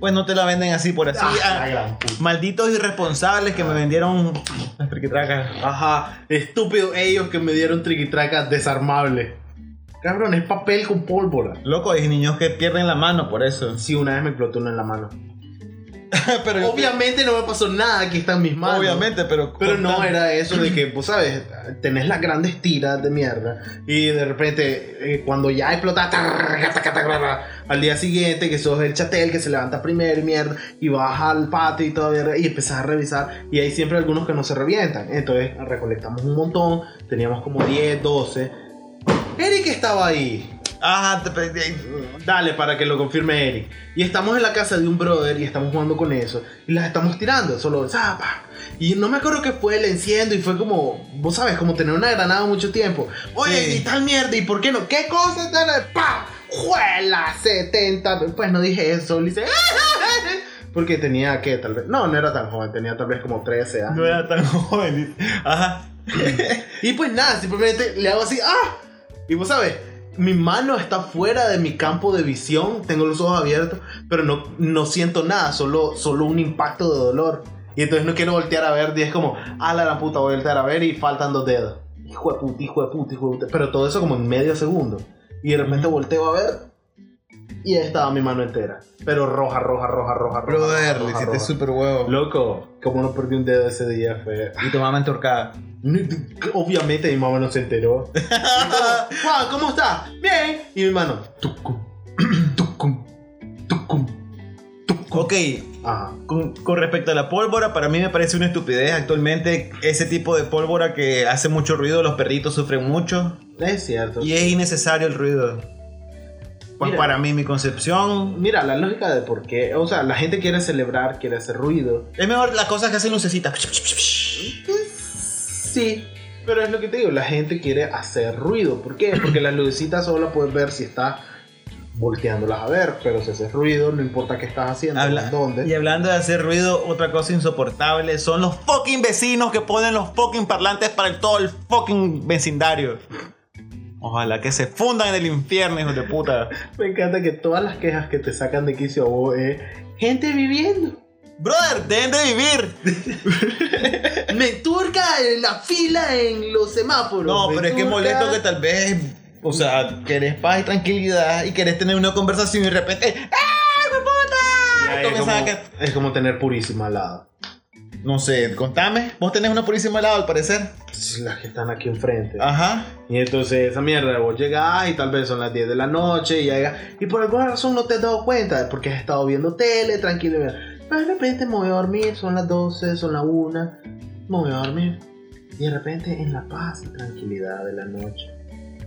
B: Pues no te la venden así por así.
A: Ah,
B: Ah,
A: la gran puta.
B: malditos irresponsables que me vendieron las triquitracas.
A: Ajá, estúpido ellos que me dieron triquitracas desarmables. Cabrón, es papel con pólvora.
B: Loco, hay niños que pierden la mano por eso.
A: Sí, una vez me explotó una en la mano.
B: pero yo-
A: Obviamente no me pasó nada, aquí están mis manos.
B: obviamente, pero
A: Pero no
B: contame.
A: era eso de que, vos sabes, tenés las grandes tiras de mierda y de repente eh, cuando ya explota, tarra, taca, taca, taca, al día siguiente que sos el chatel que se levanta primero y mierda y vas al patio y todavía y empezás a revisar y hay siempre algunos que no se revientan. Entonces recolectamos un montón, teníamos como 10, 12. Eric estaba ahí.
B: Ajá, te perdí.
A: Dale para que lo confirme Eric. Y estamos en la casa de un brother y estamos jugando con eso. Y las estamos tirando, solo zapa. Y no me acuerdo que fue, le enciendo y fue como, vos sabes, como tener una granada mucho tiempo. Oye,
B: Sí.
A: y tal mierda, ¿y por qué no? ¿Qué cosa? tal? ¡Pa! ¡Juela! 70. Pues no dije eso, le hice. Porque tenía que, tal vez. No, no era tan joven, tenía tal vez como 13 años.
B: No era tan joven. Ajá.
A: Y pues nada, simplemente le hago así, ¡ah! Y vos sabes, mi mano está fuera de mi campo de visión, tengo los ojos abiertos, pero no, no siento nada, solo, solo un impacto de dolor. Y entonces no quiero voltear a ver, y es como, a la gran puta, voy a voltear a ver y faltan dos dedos. Hijo de puta, hijo de puta, hijo de puta. Pero todo eso como en medio segundo. Y de repente volteo a ver y ahí estaba mi mano entera. Pero roja, roja, roja, roja, roja.
B: Brother, le
A: roja,
B: hiciste
A: roja.
B: súper huevo.
A: Loco, como no perdí un dedo ese día, fue...
B: Y tu mamá entorcada.
A: Obviamente mi mamá no se enteró. Y como, Juan, ¿cómo estás? Bien. Y mi hermano. Tucum, tucum, tucum.
B: Ok,
A: Ajá.
B: con, con respecto a la pólvora, para mí me parece una estupidez actualmente ese tipo de pólvora que hace mucho ruido, los perritos sufren mucho
A: Es cierto.
B: y es innecesario el ruido. Pues
A: Mira.
B: para mí mi concepción
A: Mira, la lógica de por qué. O sea, la gente quiere celebrar, quiere hacer ruido.
B: es mejor las cosas que hacen lucecitas.
A: Sí. Pero es lo que te digo, la gente quiere hacer ruido. ¿Por qué? Porque las lucecitas solo las puedes ver si estás volteándolas a ver. Pero si haces ruido, no importa qué estás haciendo,
B: Habla-
A: dónde.
B: Y hablando de hacer ruido, otra cosa insoportable son los fucking vecinos que ponen los fucking parlantes para todo el fucking vecindario. Ojalá que se fundan en el infierno, hijos de puta.
A: Me encanta que todas las quejas que te sacan de quicio a vos es gente viviendo.
B: Brother, deben de vivir.
A: Me turca en la fila en los semáforos.
B: No,
A: Me
B: pero es que
A: turca.
B: molesto que tal vez, o sea, querés paz y tranquilidad y querés tener una conversación y de repente, eh, ¡ay, hijo de puta!
A: Ya,
B: Y
A: Es
B: comienzan a
A: como,
B: ca-
A: es como tener purísima al lado.
B: No sé, contame. Vos tenés una purísima al lado, al parecer.
A: Las que están aquí enfrente.
B: Ajá.
A: Y entonces esa mierda, vos llegás y tal vez son las 10 de la noche y llegas. Y por alguna razón no te has dado cuenta, porque has estado viendo tele, tranquilo. y mira, Pero de repente me voy a dormir, son las 12, son las 1, me voy a dormir. Y de repente en la paz y tranquilidad de la noche,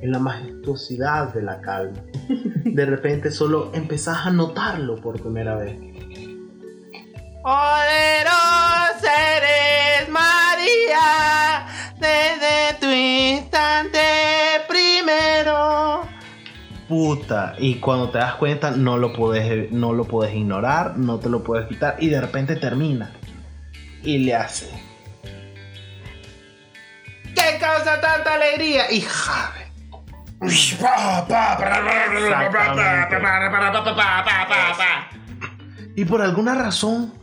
A: en la majestuosidad de la calma, de repente solo empezás a notarlo por primera vez.
E: Poderosa eres María, desde tu instante primero.
A: puta y cuando te das cuenta no lo puedes no lo puedes ignorar no te lo puedes quitar y de repente termina y le hace
E: ¿Qué causa tanta alegría? Y
A: "Jabe". y por alguna razón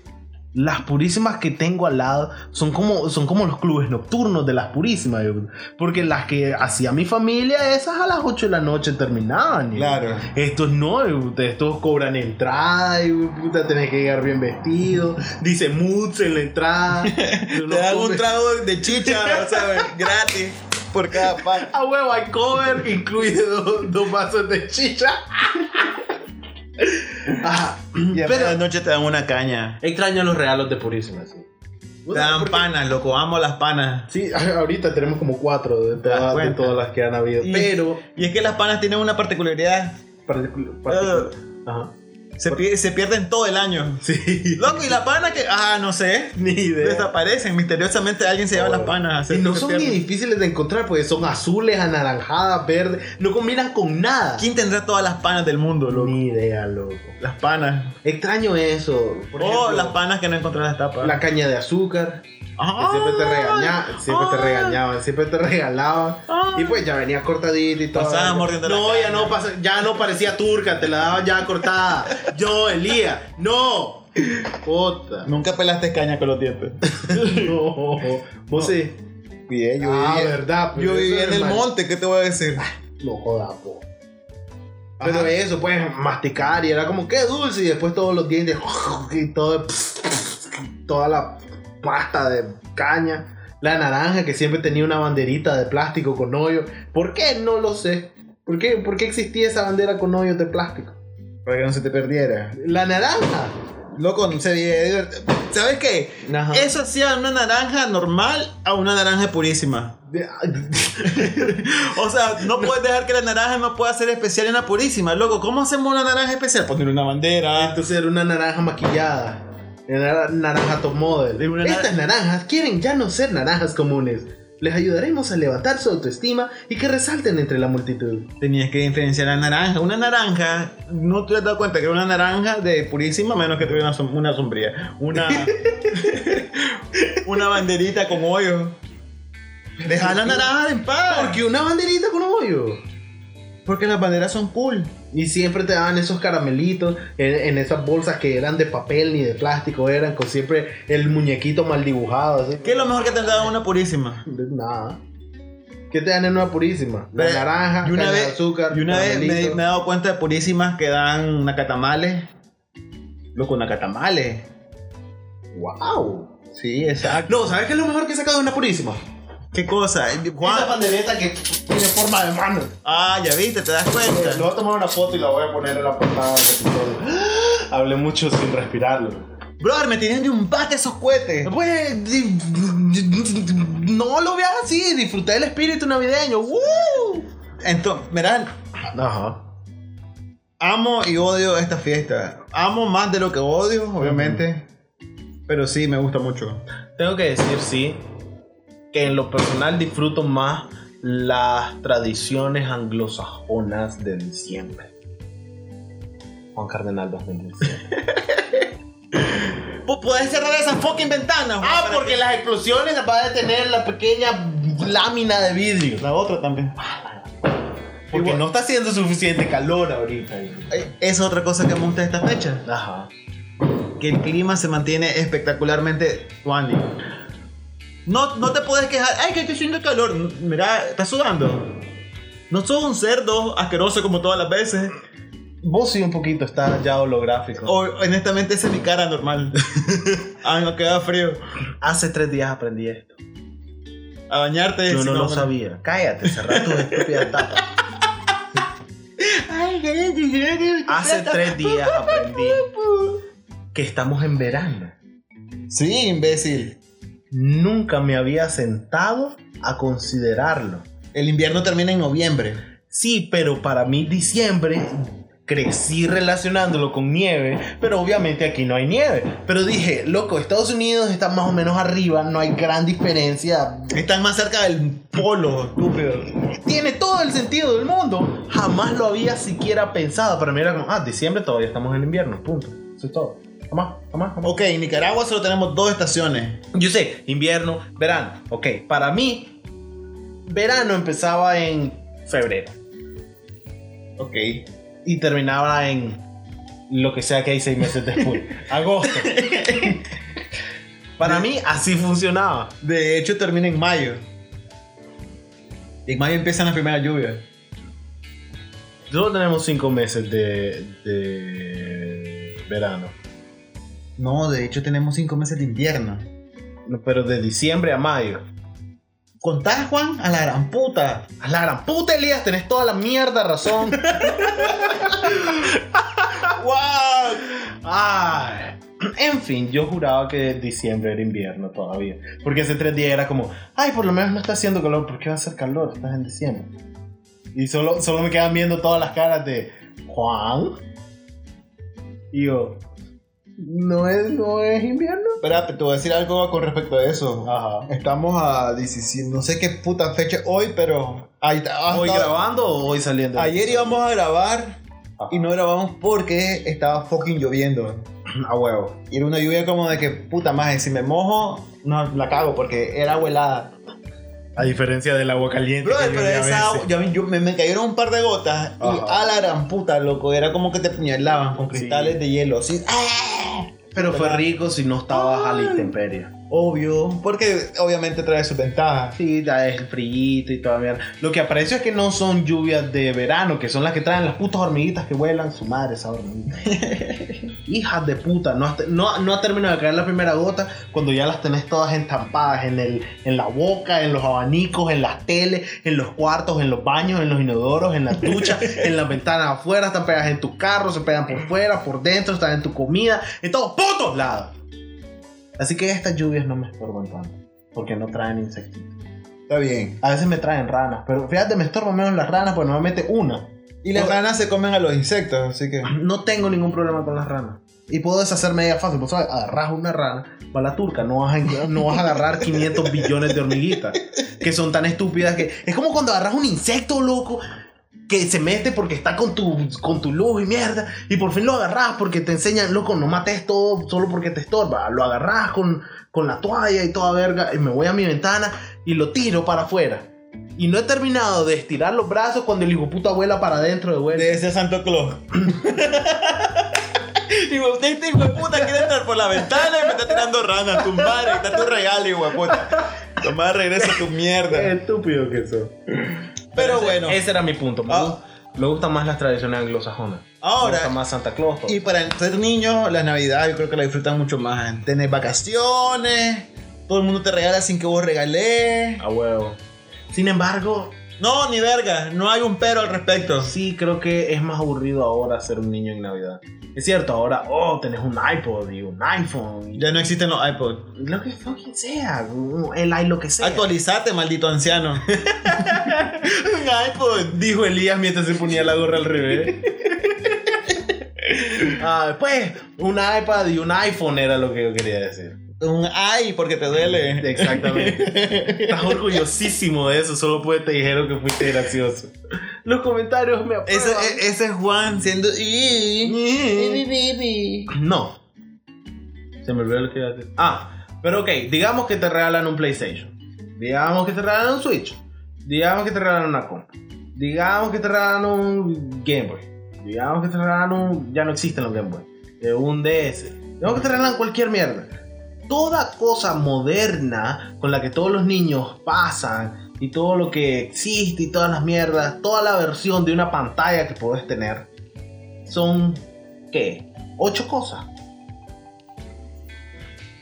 A: las purísimas que tengo al lado son como son como los clubes nocturnos de las purísimas yo- porque las que hacía mi familia esas a las 8 de la noche terminaban yo.
B: Claro.
A: Estos no, hijo de puta, estos cobran entrada, y puta, tenés que llegar bien vestido. Dice Moods en la entrada.
B: Te dan un trago de chicha, ¿sabes? Gratis. Por cada
A: Ah,
B: pan.
A: A huevo, al cover incluye dos, dos vasos de chicha. Ah,
B: Y a
A: Pero-
B: la noche te dan una caña.
C: Extraño los regalos de Purísima, sí.
B: Te dan panas, loco. Amo las panas.
A: sí, ahorita tenemos como cuatro de
B: das
A: todas, de
B: Ah, cuenta?
A: todas las que han habido.
B: Y-
A: Pero.
B: Y es que las panas tienen una particularidad.
A: particu-
B: Ah,
A: particu- Ajá.
B: se, pi- se pierden todo el año.
A: Sí.
B: Loco, y las panas que. Ah, no sé.
A: Ni idea.
B: Desaparecen. Misteriosamente alguien se lleva las panas.
A: Y
B: Se-
A: no
B: se
A: son ni
B: pierden.
A: difíciles de encontrar porque son azules, anaranjadas, verdes. No combinan con nada.
B: ¿Quién tendrá todas las panas del mundo, loco?
A: Ni idea, loco.
B: Las panas.
A: Extraño eso. Por
B: oh,
A: ejemplo,
B: las panas que no encontré en las tapas.
A: la caña de azúcar. que
B: Ah,
A: siempre te regañaban, siempre te
B: ay.
A: regañaban, siempre te regalaban.
B: Ay.
A: Y pues ya venía cortadita y todo.
B: Pasaba mordiendo la
A: No,
B: caña.
A: ya no, pasa- ya no parecía turca, te la daban ya cortada. Yo, Elías, no. Puta.
B: Nunca pelaste caña con los dientes.
A: No. Vos sí.
B: Bien, eh, yo
A: Ah,
B: vivía,
A: verdad, pero
B: yo
A: eso
B: vivía en
A: es
B: el
A: mal.
B: monte, ¿qué te voy a decir?
A: No joda, po. Pero eso, pues, masticar y era como, qué dulce. Y después todos los dientes y todo, toda la pasta de caña. La naranja que siempre tenía una banderita de plástico con hoyo. ¿Por qué? No lo sé. ¿Por qué, ¿Por qué existía esa bandera con hoyos de plástico?
B: Para que no se te perdiera.
A: La naranja.
B: Loco, no se veía. ¿Sabes qué?
A: Ajá.
B: Eso hacía una naranja normal a una naranja purísima. O sea, no puedes dejar que la naranja no pueda ser especial en la purísima. Loco, ¿cómo hacemos una naranja especial? Poner una bandera.
A: Entonces era una naranja maquillada. Era naranja top model.
B: Era una nar-
A: Estas naranjas quieren ya no ser naranjas comunes. Les ayudaremos a levantar su autoestima y que resalten entre la multitud.
B: Tenías que diferenciar la naranja. Una naranja, no te has dado cuenta que era una naranja de purísima, a menos que tuviera una, som- una sombría. Una. una banderita con hoyo. Deja la naranja en paz.
A: Porque una banderita con hoyo.
B: Porque las banderas son cool.
A: Y siempre te daban esos caramelitos en, en esas bolsas que eran de papel ni de plástico, eran con siempre el muñequito mal dibujado. Así.
B: ¿Qué es lo mejor que te han dado una purísima?
A: Nada. ¿Qué te dan en una purísima? La
B: Ve,
A: naranja,
B: y una
A: caña de
B: vez,
A: azúcar,
B: y una vez me,
A: caramelito.
B: me he dado cuenta de purísimas que dan nacatamales. Loco, nacatamales.
A: ¡Wow!
B: Sí, exacto.
A: No, ¿sabes qué es lo mejor que he sacado de una purísima?
B: ¿Qué cosa?
A: Esa
B: Juan.
A: pandereta que tiene forma de mano.
B: Ah, ya viste, te das cuenta.
A: Le voy a tomar una foto y la voy a poner en la portada del episodio. Hablé mucho sin respirarlo.
B: Brother, me tienen de un bate esos cohetes.
A: Pues, di- no lo veas así, disfruté del espíritu navideño. ¡Woo!
B: Entonces, mirá,
A: Ajá.
B: amo y odio esta fiesta. Amo más de lo que odio, obviamente. Pero sí, me gusta mucho.
A: Tengo que decir, sí, que en lo personal disfruto más las tradiciones anglosajonas de diciembre. Juan Cardenal 2017.
B: Puedes cerrar esa fucking ventana.
A: Ah, porque las explosiones las va a detener la pequeña lámina de vidrio.
B: la otra también.
A: Porque
B: Igual.
A: no está haciendo suficiente calor ahorita.
B: Eh, Es otra cosa que me gusta de esta fecha.
A: Ajá.
B: que el clima se mantiene espectacularmente Juan No, no te puedes quejar, ay que estoy haciendo calor, mira, estás sudando. No sos un cerdo asqueroso como todas las veces.
A: Vos sí un poquito está ya holográfico.
B: O honestamente esa es mi cara normal. ah, no queda frío.
A: Hace tres días aprendí esto.
B: A bañarte.
A: Yo
B: sin
A: no lo
B: cámara.
A: sabía. Cállate, cerrá tus estúpidas tapas. Hace tres días aprendí que estamos en verano.
B: Sí, imbécil.
A: Nunca me había sentado a considerarlo.
B: El invierno termina en noviembre.
A: Sí, pero para mí diciembre crecí relacionándolo con nieve, pero obviamente aquí no hay nieve. Pero dije, loco, Estados Unidos está más o menos arriba, no hay gran diferencia.
B: Estás más cerca del polo, estúpido.
A: Tiene todo el sentido del mundo. Jamás lo había siquiera pensado. Para mí era como, ah, diciembre todavía estamos en invierno, punto. Eso es todo. Jamás, jamás, jamás.
B: Ok, en Nicaragua solo tenemos dos estaciones.
A: Yo sé, invierno, verano. Ok, para mí, verano empezaba en febrero
B: Ok.
A: y terminaba en lo que sea que hay seis meses después, agosto. para mí, así funcionaba.
B: De hecho, termina en mayo. En mayo empiezan las primeras lluvias.
A: Solo tenemos cinco meses de, de verano,
B: No, de hecho, tenemos cinco meses de invierno.
A: pero de diciembre a mayo.
B: ¿Contás, Juan? A la gran puta.
A: A la gran puta, Elías, tenés toda la mierda razón.
B: ¡Wow!
A: Ay. En fin, yo juraba que diciembre era invierno todavía. Porque hace tres días era como, ay, por lo menos no está haciendo calor, ¿por qué va a hacer calor? Estás en diciembre. Y solo, solo me quedan viendo todas las caras de Juan. Y yo, ¿no es, no es invierno?
B: Espera, te voy a decir algo con respecto a eso.
A: Ajá.
B: Estamos a 17, no sé qué puta fecha hoy, pero... ahí está- hasta-
A: ¿Hoy grabando o hoy saliendo? Ah.
B: Ayer íbamos a grabar
A: Ajá.
B: y no grabamos porque estaba fucking lloviendo.
A: a huevo.
B: Y era una lluvia como de que, puta madre, si me mojo, no la cago porque era helada.
A: A diferencia del agua caliente.
B: Brother,
A: que
B: pero
A: llovía a
B: esa
A: veces.
B: yo- yo- me, me cayeron un par de gotas y
A: Ajá.
B: a la gran puta, loco. Era como que te puñalaban con cristales de hielo. Así, ¡ah!
A: Pero fue
B: ¿Verdad?
A: rico si no estaba a la intemperie.
B: Obvio, porque obviamente trae sus ventajas.
A: Sí, da el frillito y toda mierda. Lo que aprecio es que no son lluvias de verano, que son las que traen las putas hormiguitas que vuelan. Su madre, esa hormiguita. Hijas de puta, no, has te- no, no ha terminado de caer la primera gota cuando ya las tenés todas estampadas en, el, en la boca, en los abanicos, en las teles, en los cuartos, en los baños, en los inodoros, en las duchas, en las ventanas afuera, están pegadas en tu carro, se pegan por fuera, por dentro, están en tu comida, en todos putos lados. Así que estas lluvias no me estorban tanto, porque no traen insectos.
B: Está bien.
A: A veces me traen ranas, pero fíjate, me estorban menos las ranas pues porque normalmente una.
B: Y las
A: Por-
B: ranas se comen a los insectos, así que.
A: No tengo ningún problema con las ranas. Y puedo deshacerme de ellas fácil, pues sabes, agarras una rana, va la turca, no vas, a, no vas a agarrar 500 billones de hormiguitas, que son tan estúpidas que... Es como cuando agarras un insecto, loco, que se mete porque está con tu, con tu luz y mierda, y por fin lo agarras porque te enseñan, loco, no mates todo solo porque te estorba, lo agarras con, con la toalla y toda verga, y me voy a mi ventana y lo tiro para afuera. Y no he terminado de estirar los brazos cuando el hijo puta vuela para adentro de vuelta.
B: De ese Santo Claus. Y usted, este hijo de puta, quiere entrar por la ventana y me está tirando ranas. Tu madre, ahí está tu regalo, hijo de puta. Tu madre regresa tu
A: Qué
B: mierda.
A: estúpido que son.
B: Pero bueno,
C: Ese era mi punto. Me,
B: Ah.
C: gu- me gustan más las tradiciones anglosajonas. me gusta
B: ahora,
C: más Santa Claus. todo.
B: y para ser niño, la Navidad yo creo que la disfrutan mucho más. Tienes vacaciones, todo el mundo te regala sin que vos regalés.
C: A huevo.
A: Sin embargo,
B: No, ni verga, no hay un pero al respecto.
A: sí creo que es más aburrido ahora ser un niño en Navidad. Es cierto, ahora, oh, tenés un iPod y un iPhone y
B: Ya no existen los iPods.
A: lo que fucking sea, el i lo que sea.
B: Actualizate, maldito anciano.
A: un iPod, dijo Elías mientras se ponía la gorra al revés. Ah, pues, un iPad y un iPhone era lo que yo quería decir.
B: Un ay, porque te duele.
A: Exactamente. Estás orgullosísimo de eso, solo porque te dijeron que fuiste gracioso. Los comentarios me aprueban.
B: Ese, e- ese es Juan siendo. "Ih".
A: No. Se me olvidó lo que iba a decir. Ah, pero ok, digamos que te regalan un PlayStation. Digamos que te regalan un Switch. Digamos que te regalan una compu. Digamos que te regalan un Game Boy. Digamos que te regalan un. Ya no existen los Game Boy. Eh, un DS. Digamos que te regalan cualquier mierda. Toda cosa moderna con la que todos los niños pasan y todo lo que existe y todas las mierdas, toda la versión de una pantalla que podés tener, son. ¿Qué? Ocho cosas.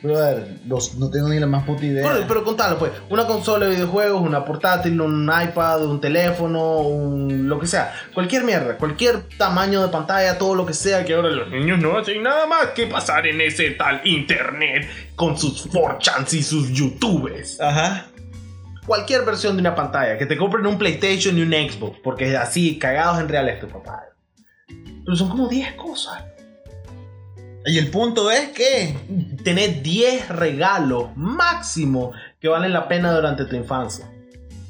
B: Brother, los- no tengo ni la más puta idea.
A: Bueno, pero contalo, pues. Una consola de videojuegos, una portátil, un iPad, un teléfono, un lo que sea. Cualquier mierda, cualquier tamaño de pantalla, todo lo que sea que ahora los niños no hacen nada más que pasar en ese tal internet con sus 4chans y sus youtubers.
B: Ajá.
A: Cualquier versión de una pantalla, que te compren un PlayStation y un Xbox, porque así, cagados en reales tu papá. Pero son como 10 cosas.
B: Y el punto es que.
A: Tener 10 regalos máximo que valen la pena durante tu infancia.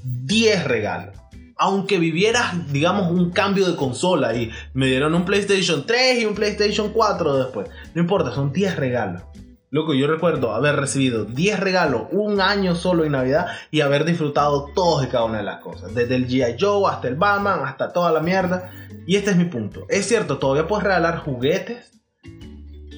A: 10 regalos. Aunque vivieras, digamos, un cambio de consola y me dieron un PlayStation 3 y un PlayStation 4 después. No importa, son 10 regalos. Loco, yo recuerdo haber recibido 10 regalos un año solo en Navidad y haber disfrutado todos y cada una de las cosas. Desde el G.I. Joe hasta el Batman, hasta toda la mierda. Y este es mi punto. Es cierto, todavía puedes regalar juguetes,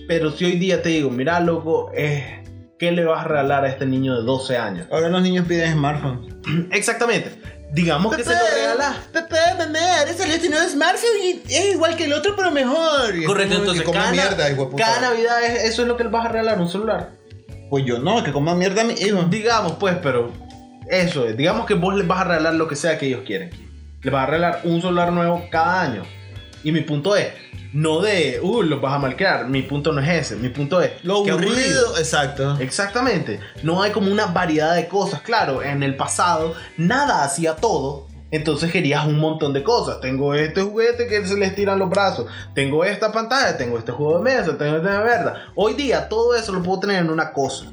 A: pero si hoy día te digo, mira, loco, eh, ¿qué le vas a regalar a este niño de 12 años?
B: Ahora los niños piden smartphones.
A: Exactamente. Digamos que se lo regalas.
B: Papá, mamá, ahora salió este nuevo smartphone y es igual que el otro, pero mejor. este
A: Correcto, entonces, cada-
B: hijo de puta.
A: Cada Navidad es- eso es lo que le vas a regalar, un celular.
B: Pues yo no, que coma mierda mi hijo.
A: Digamos, pues, pero eso es. Digamos que vos les vas a regalar lo que sea que ellos quieren. Les vas a regalar un celular nuevo cada año. Y mi punto es, no de, uh, los vas a marcar. Mi punto no es ese. Mi punto es,
B: Lo
A: qué
B: aburrido, exacto.
A: Exactamente. No hay como una variedad de cosas. Claro, en el pasado nada hacía todo. Entonces querías un montón de cosas. Tengo este juguete que se les tiran los brazos. Tengo esta pantalla. Tengo este juego de mesa. Tengo esta mierda. Hoy día todo eso lo puedo tener en una cosa.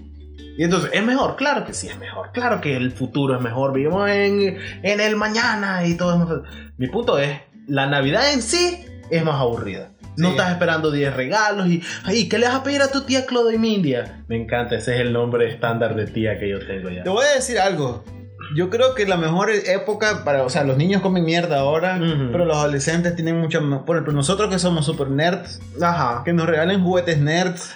A: Y entonces, ¿es mejor? Claro que sí, es mejor. Claro que el futuro es mejor. Vivimos en, en el mañana y todo es mejor. Mi punto es, la Navidad en sí es más aburrida. No
B: Sí.
A: estás esperando 10 regalos y, ay, ¿qué le vas a pedir a tu tía Clodomindia? Me encanta, ese es el nombre estándar de tía que yo tengo ya.
B: Te voy a decir algo. Yo creo que la mejor época para, o sea, los niños comen mierda ahora,
A: Ujú.
B: pero los adolescentes tienen mucha, más- por ejemplo, pues nosotros que somos super nerds,
A: Ajá.
B: que nos regalen juguetes nerds,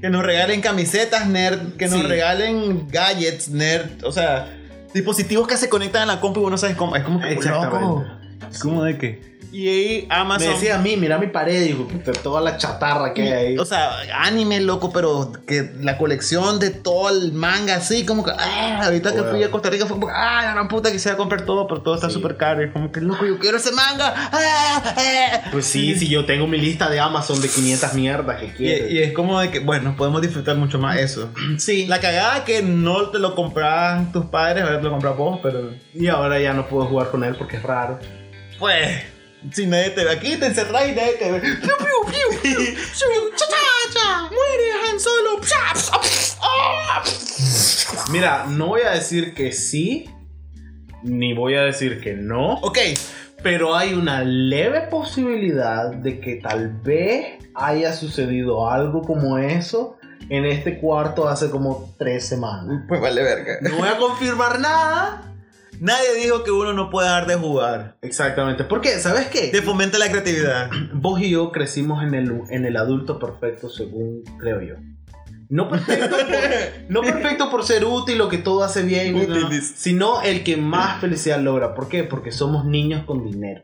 B: que nos regalen camisetas nerd, que nos
A: Sí.
B: regalen gadgets nerd, o sea, dispositivos que se conectan a la compu y uno sabe cómo, es como que
A: Exactamente.
B: loco. Es como de que y ahí
A: Me
B: Amazon
A: decía a mí, mira mi pared, digo, puta, toda la chatarra que hay ahí.
B: O sea, anime, loco, pero que la colección de todo el manga, así como que. ah, ahorita que
A: Bueno.
B: fui a Costa Rica fue como. ¡Ah, la gran puta! Quisiera comprar todo, pero todo está
A: Sí.
B: súper caro. Y es como que, loco, yo quiero ese manga. ¡Ah, ah".
A: Pues sí, sí, yo tengo mi lista de Amazon de 500 mierdas que
B: Y,
A: quiero.
B: y es como de que, bueno, podemos disfrutar mucho más eso.
A: Sí.
B: La cagada que no te lo compraban tus padres, ahora te lo compras vos, pero.
A: Y ahora ya no puedo jugar con él porque es raro.
B: Pues. Si nadie te ve aquí, te encerrás y nadie te ve. ¡Piu, piu, piu, piu! ¡Piu, cha, cha, cha! ¡Muere Han Solo! ¡Psa, psa, psa! ¡Ah!
A: Mira, no voy a decir que sí, ni voy a decir que no,
B: Ok,
A: pero hay una leve posibilidad de que tal vez haya sucedido algo como eso en este cuarto hace como tres semanas.
B: pues vale verga.
A: No voy a confirmar nada.
B: Nadie dijo que uno no puede dejar de jugar.
A: Exactamente, porque ¿sabes qué?
B: Te fomenta la creatividad.
A: vos y yo crecimos en el, en el adulto perfecto, según creo yo. No perfecto, por, no perfecto por ser útil o que todo hace bien,
B: Útil,
A: ¿no?
B: dice.
A: sino el que más felicidad logra. ¿Por qué? Porque somos niños con dinero.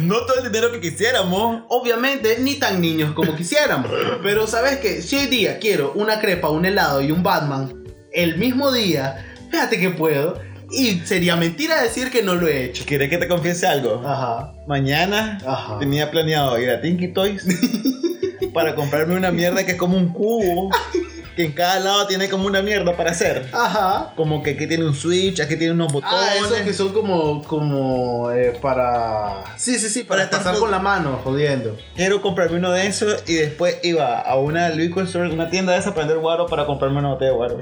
B: no todo el dinero que quisiéramos.
A: Obviamente, ni tan niños como quisiéramos. Pero sabes que si hoy día quiero una crepa, un helado y un Batman, el mismo día, fíjate que puedo. Y sería mentira decir que no lo he hecho.
B: ¿Quieres que te confiese algo? Ah,
A: Ajá,
B: Mañana
A: ajá.
B: tenía planeado ir a Tinky Toys para comprarme una mierda que es como un cubo. Que en cada lado tiene como una mierda para hacer.
A: Ajá.
B: Como que aquí tiene un switch, aquí tiene unos botones.
A: Ah, esos que son como, como eh, para... Sí, sí, sí, para,
B: para
A: pasar
B: tanto-
A: con la mano, jodiendo.
B: Quiero comprarme uno de esos y después iba a una liquor store, una tienda de esa, a prender guaro para comprarme una botella de guaro.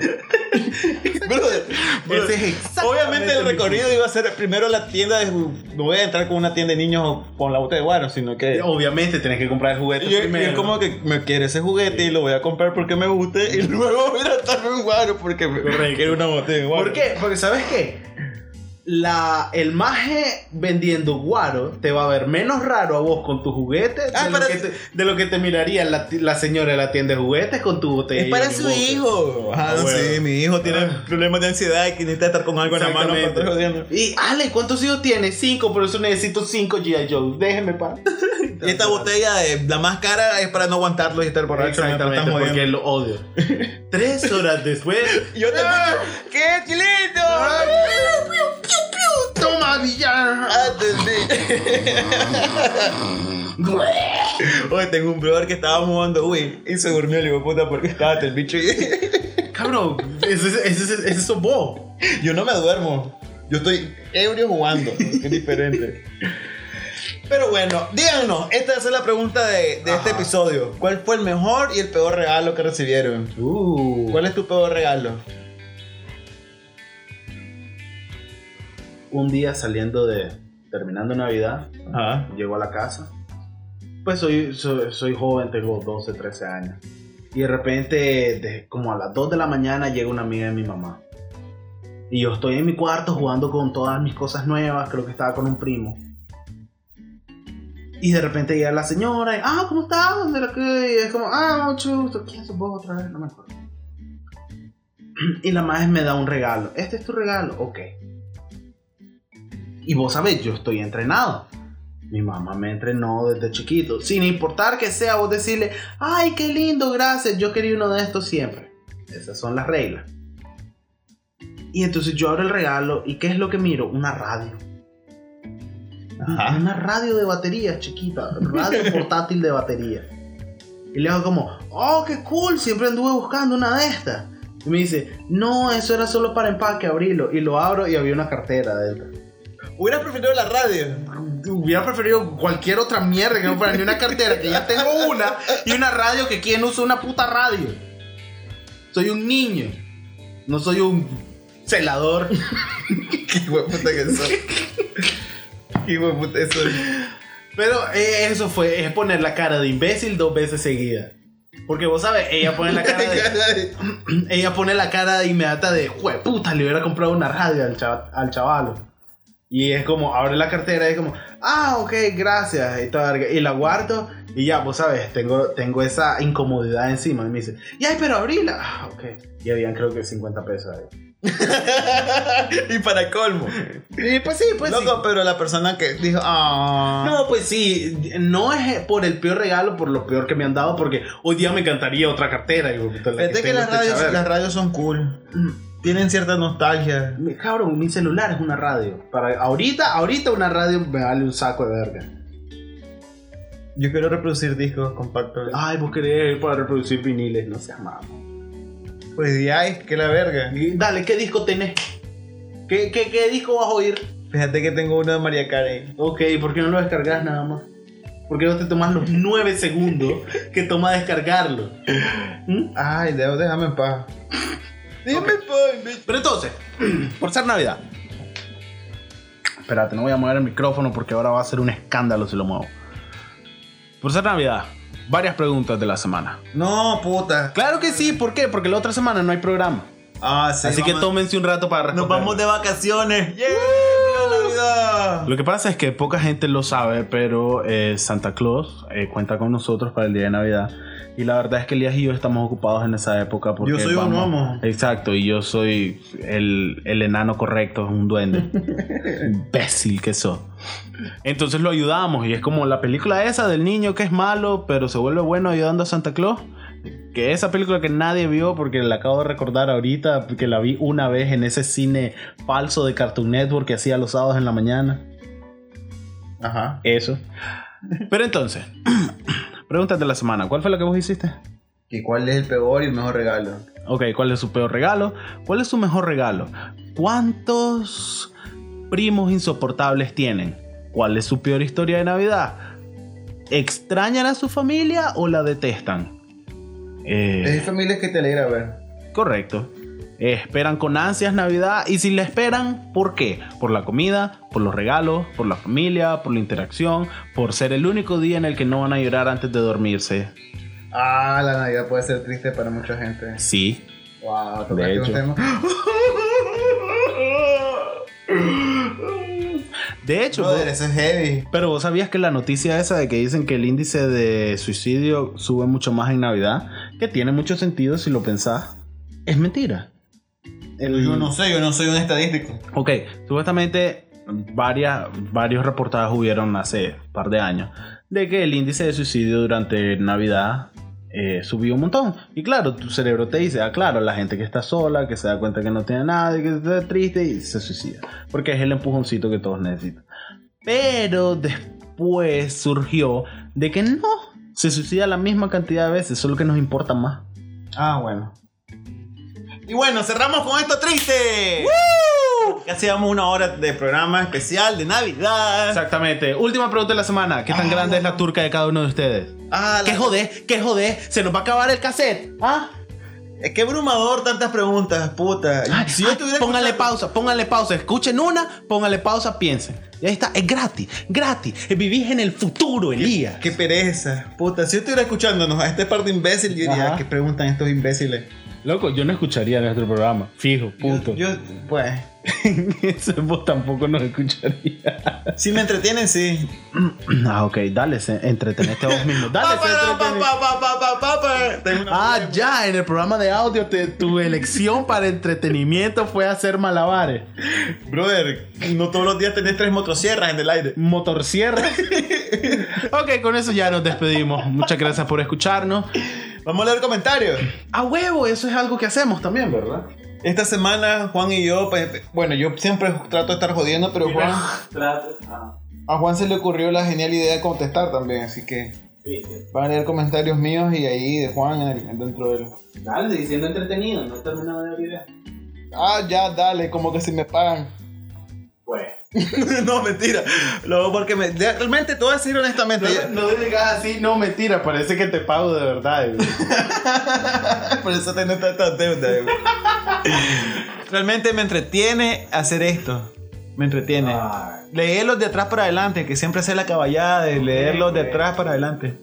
B: Brother, brother,
A: Ese es exactamente
B: Obviamente el
A: mi
B: recorrido iba a ser primero la tienda de... No voy a entrar con una tienda de niños con la botella de guaro, sino que...
A: punto. Obviamente tenés que comprar el juguete
B: Y yo- y
A: primero.
B: es como que me quiere ese juguete y lo voy a comprar porque me guste y luego voy a atarme un guaro porque me
A: Correcto.
B: quiero una botella de guaro.
A: ¿Por qué? Porque ¿sabes qué? La, el maje vendiendo guaro te va a ver menos raro a vos con tu juguete
B: Ah,
A: de,
B: para-
A: lo que te, de lo que te miraría la, ti- la señora de la tienda de juguetes con tu botella.
B: Es para
A: de
B: su
A: boca.
B: hijo.
A: Ah,
B: Ah,
A: bueno.
B: sí, mi hijo tiene
A: Ah.
B: problemas de ansiedad y que necesita estar con algo en la mano para estar
A: Exactamente.
B: jodiendo.
A: Y Ale, ¿cuántos hijos tienes? Cinco, por eso necesito cinco G.I. Joe. Déjeme pa.
B: Esta botella, de, la más cara, es para no aguantarlo y estar borracho. mientras están
A: Exactamente,
B: jodiendo.
A: porque lo odio. Tres horas después,
B: Yo te... ¡Ah! ¡Qué chilito!
A: Toma, billar.
B: Ah, Oye, tengo un brother que estaba jugando Wii y se durmió el hijo de puta porque estaba hasta el bicho. Y...
A: Cabrón, ese es ese, ese sos vos.
B: Yo no me duermo. Yo estoy ebrio jugando. Es diferente. Pero bueno, díganos, esta es la pregunta de, de este
A: Ajá.
B: episodio. ¿Cuál fue el mejor y el peor regalo que recibieron? ¿Cuál es tu peor regalo?
A: Un día saliendo de. terminando Navidad,
B: Ajá.
A: llego a la casa. Pues soy, soy, soy joven, tengo 12, 13 años. Y de repente, de- como a las 2 de la mañana, llega una amiga de mi mamá. Y yo estoy en mi cuarto jugando con todas mis cosas nuevas, creo que estaba con un primo. Y de repente llega la señora y, ah, ¿cómo estás? ¿Dónde la que? Y es como, ah, mucho gusto, ¿quién sos vos otra vez? No me acuerdo. Y la madre me da un regalo. ¿Este es tu regalo? Ok. Y vos sabés, yo estoy entrenado. Mi mamá me entrenó desde chiquito. Sin importar que sea, vos decirle, ay, qué lindo, gracias, yo quería uno de estos siempre. Esas son las reglas. Y entonces yo abro el regalo y ¿qué es lo que miro? Una radio.
B: Ajá.
A: Una radio de baterías chiquita, radio portátil de batería. Y le hago como, oh, qué cool, siempre anduve buscando una de estas. Y me dice, no, eso era solo para empaque, abrilo. Y lo abro y había una cartera dentro.
B: Hubieras preferido la radio.
A: Hubiera preferido cualquier otra mierda que no fuera ni una cartera, que ya tengo una, y una radio que quien usa una puta radio. Soy un niño, no soy un celador.
B: Qué hueputa que eso. Qué hueputa eso.
A: Pero eh, eso fue, es poner la cara de imbécil dos veces seguida. Porque vos sabes, ella pone la cara de, ella pone la cara inmediata de, "Jue puta, le hubiera comprado una radio al, chava- al chavalo. Y es como, abre la cartera y es como, ah, ok, gracias. Y, toda verga. Y la guardo y ya, vos sabes, tengo, tengo esa incomodidad encima. Y me dice, ya, pero abrila. Ah, ok. Y habían creo que 50 pesos ahí.
B: y para colmo.
A: Y pues sí, pues sí.
B: Loco, pero la persona que dijo, ah.
A: No, pues sí, no es por el peor regalo, por lo peor que me han dado, porque hoy día me encantaría otra cartera. Y, puta, la
B: Fíjate que,
A: tengo
B: las,
A: este Mm.
B: radios,
A: chaval.
B: las radios son cool. Tienen cierta nostalgia.
A: Mi- Cabrón, mi celular es una radio. Para, ahorita, ahorita una radio me vale un saco de verga.
B: Yo quiero reproducir discos compactos.
A: Ay, vos querés ir para reproducir viniles, no seas mamón.
B: Pues di, ay, que la verga.
A: Y Dale, ¿qué disco tenés? ¿Qué, qué, qué disco vas a oír?
B: Fíjate que tengo uno de María Carey.
A: Ok, ¿por qué no lo descargas nada más? ¿Por qué no te tomas los 9 segundos que toma descargarlo?
B: Ay, de- déjame en paz. Déjame en paz, bitch.
A: Pero entonces, por ser Navidad. Espérate, no voy a mover el micrófono porque ahora va a ser un escándalo si lo muevo. Por ser Navidad, varias preguntas de la semana.
B: No, puta.
A: Claro que sí, ¿por qué? Porque la otra semana no hay programa.
B: Ah, sí.
A: Así que
B: vamos-
A: tómense un rato para
B: Nos
A: responder.
B: vamos de vacaciones. ¡Yeah! ¡Viva Navidad!
A: Lo que pasa es que poca gente lo sabe, pero eh, Santa Claus eh, cuenta con nosotros para el día de Navidad. Y la verdad es que Elías y yo estamos ocupados en esa época. Porque
B: Yo soy un
A: vamos-
B: gnomo.
A: Exacto, y yo soy el, el enano correcto, un duende. Imbécil que soy. Entonces lo ayudamos, y es como la película esa del niño que es malo, pero se vuelve bueno ayudando a Santa Claus. Que esa película que nadie vio, porque la acabo de recordar ahorita, que la vi una vez en ese cine falso de Cartoon Network que hacía los sábados en la mañana.
B: Ajá.
A: Eso. Pero entonces, preguntas de la semana. ¿Cuál fue la que vos hiciste?
B: ¿Y cuál es el peor y el mejor regalo?
A: Ok, ¿cuál es su peor regalo? ¿Cuál es su mejor regalo? ¿Cuántos primos insoportables tienen? ¿Cuál es su peor historia de Navidad? ¿Extrañan a su familia o la detestan? Eh,
B: Es familias que te alegra ver.
A: Correcto. Esperan con ansias Navidad y si la esperan, ¿por qué? Por la comida, por los regalos, por la familia, por la interacción, por ser el único día en el que no van a llorar antes de dormirse.
B: Ah, la Navidad puede ser triste para mucha gente.
A: Sí. De
B: Wow, tocaste
A: hecho.
B: un tema.
A: De hecho,
B: Brother, eso es heavy.
A: Pero vos sabías que la noticia esa de que dicen que el índice de suicidio sube mucho más en Navidad, que tiene mucho sentido si lo pensás, es mentira. El-
B: Yo no sé, yo no soy un estadístico.
A: Ok, supuestamente varias, varios reportajes hubieron hace un par de años de que el índice de suicidio durante Navidad eh, subió un montón. Y claro, tu cerebro te dice, ah, claro, la gente que está sola, que se da cuenta que no tiene nada, y que está triste y se suicida. Porque es el empujoncito que todos necesitan. Pero después surgió de que no, se suicida la misma cantidad de veces, solo que nos importa más.
B: Ah, bueno. Y bueno, cerramos con esto triste. Casi llevamos una hora de programa especial de Navidad.
A: Exactamente. Última pregunta de la semana. ¿Qué tan
B: Ah.
A: grande es la turca de cada uno de ustedes?
B: Ah, la-
A: ¿Qué jodés? ¿Qué jodés? Se nos va a acabar el cassette. ¿Ah?
B: Es que abrumador tantas preguntas, puta.
A: Ay,
B: si yo
A: ay,
B: tuviera
A: pónganle
B: escuchado-
A: pausa, pónganle pausa. Escuchen una, pónganle pausa, piensen. Y ahí está, es gratis, gratis. Eh, Vivís en el futuro, Elías.
B: Qué pereza, puta. Si yo estuviera escuchándonos a este par de imbéciles, yo diría,
A: Ajá.
B: ¿qué preguntan estos imbéciles?
A: Loco, yo no escucharía nuestro programa. Fijo,
B: Yo, pues,
A: Vos tampoco nos escucharía.
B: si me entretienen, sí.
A: Ah, ok, dale, se- entretenete a vos mismo. Dale, se entretenete. Ah, ya, en el programa de audio te- tu elección para entretenimiento fue hacer malabares.
B: Brother, no todos los días tenés tres motosierras en el aire.
A: Motorcierra. ok, con eso ya nos despedimos. Muchas gracias por escucharnos.
B: Vamos a leer comentarios.
A: A huevo, eso es algo que hacemos también, ¿verdad?
B: Esta
C: ah,
B: semana Juan y yo, pues, bueno, yo siempre trato de estar jodiendo, pero Juan,
F: A Juan se le ocurrió la genial idea de contestar también, así que van a leer comentarios míos y ahí de Juan en el- dentro del.
C: Dale, diciendo entretenido, no terminaba de olvidar.
F: Ah, ya, dale, como que si me pagan.
C: Pues.
B: no, mentira. Lo hago porque me- de- realmente te voy a decir honestamente. ya-
A: No, le digas así, no mentira, parece que te pago de verdad. güey.
B: Por eso tengo tanta deuda. güey. realmente me entretiene hacer esto. Me entretiene.
C: Ay,
B: Leerlos de atrás para adelante, que siempre hace la caballada de leerlos de atrás para adelante.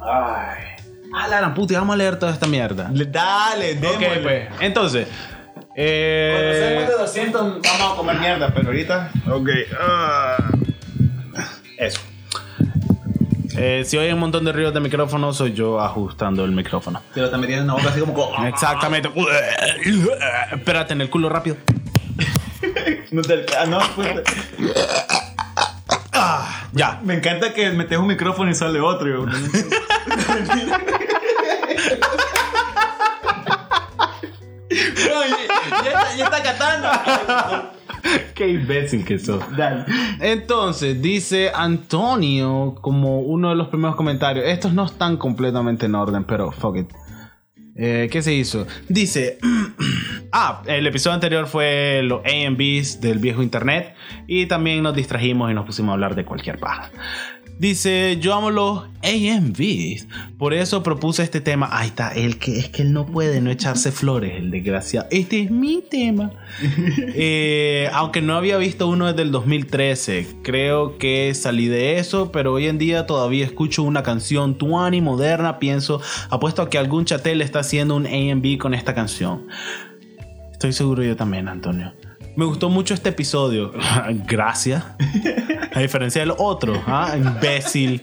C: ay.
A: Ah, la gran puta, vamos a leer toda esta mierda.
B: Le- Dale,
A: Ok,
B: démosle.
A: pues. Entonces, eh,
C: de 200, vamos a comer mierda, pero ahorita.
A: Ok. ah. Eso. Eh, si oye un montón de ruidos de micrófono, soy yo ajustando el micrófono.
B: Pero también tiene una boca así como. co-
A: Exactamente. Espérate en el culo rápido.
B: No te alca- ah, no, puta.
A: Ya.
B: Me encanta que metes un micrófono y sale otro. güey.
A: ya está catando. Qué imbécil que sos. Entonces, dice Antonio como uno de los primeros comentarios. Estos no están completamente en orden, pero fuck it. Eh, ¿Qué se hizo? Dice, ah, el episodio anterior fue los AMVs del viejo internet y también nos distrajimos y nos pusimos a hablar de cualquier paja. Dice, yo amo los AMVs, por eso propuse este tema. Ahí está, el que, es que él no puede no echarse flores, el desgraciado. Este es mi tema. Eh, aunque no había visto uno desde el 2013, creo que salí de eso, pero hoy en día todavía escucho una canción tuani moderna, pienso, apuesto a que algún chatel está haciendo un A&B con esta canción. Estoy seguro yo también, Antonio. Me gustó mucho este episodio. Gracias. A diferencia del otro, ah, imbécil.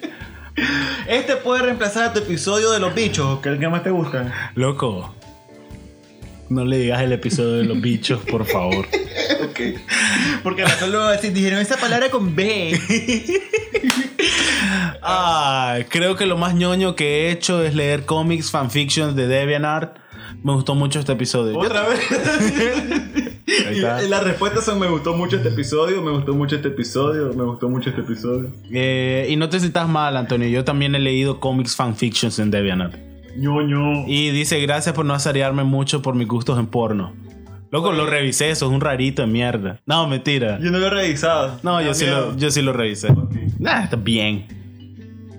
B: Este puede reemplazar a tu episodio de los bichos, que es el que más te gustan.
A: Loco. No le digas el episodio de los bichos, por favor.
B: Porque a razón luego decir, dijeron esa palabra con B.
A: Ah, creo que lo más ñoño que he hecho es leer cómics, fanfictions de DeviantArt. Me gustó mucho este episodio.
B: Otra vez.
A: Ahí está.
B: Y las respuestas son: Me gustó mucho este episodio, me gustó mucho este episodio, me gustó mucho este episodio.
A: Eh, y no te sientas mal, Antonio. Yo también he leído cómics, fanfictions en DeviantArt.
B: ñoño.
A: Y dice, gracias por no asarearme mucho por mis gustos en porno. Loco, lo revisé, eso es un rarito de mierda. No, mentira.
B: Yo no lo he revisado.
A: No,
B: Me da
A: yo sí,
B: miedo.
A: lo, yo sí lo revisé. Nah, está bien.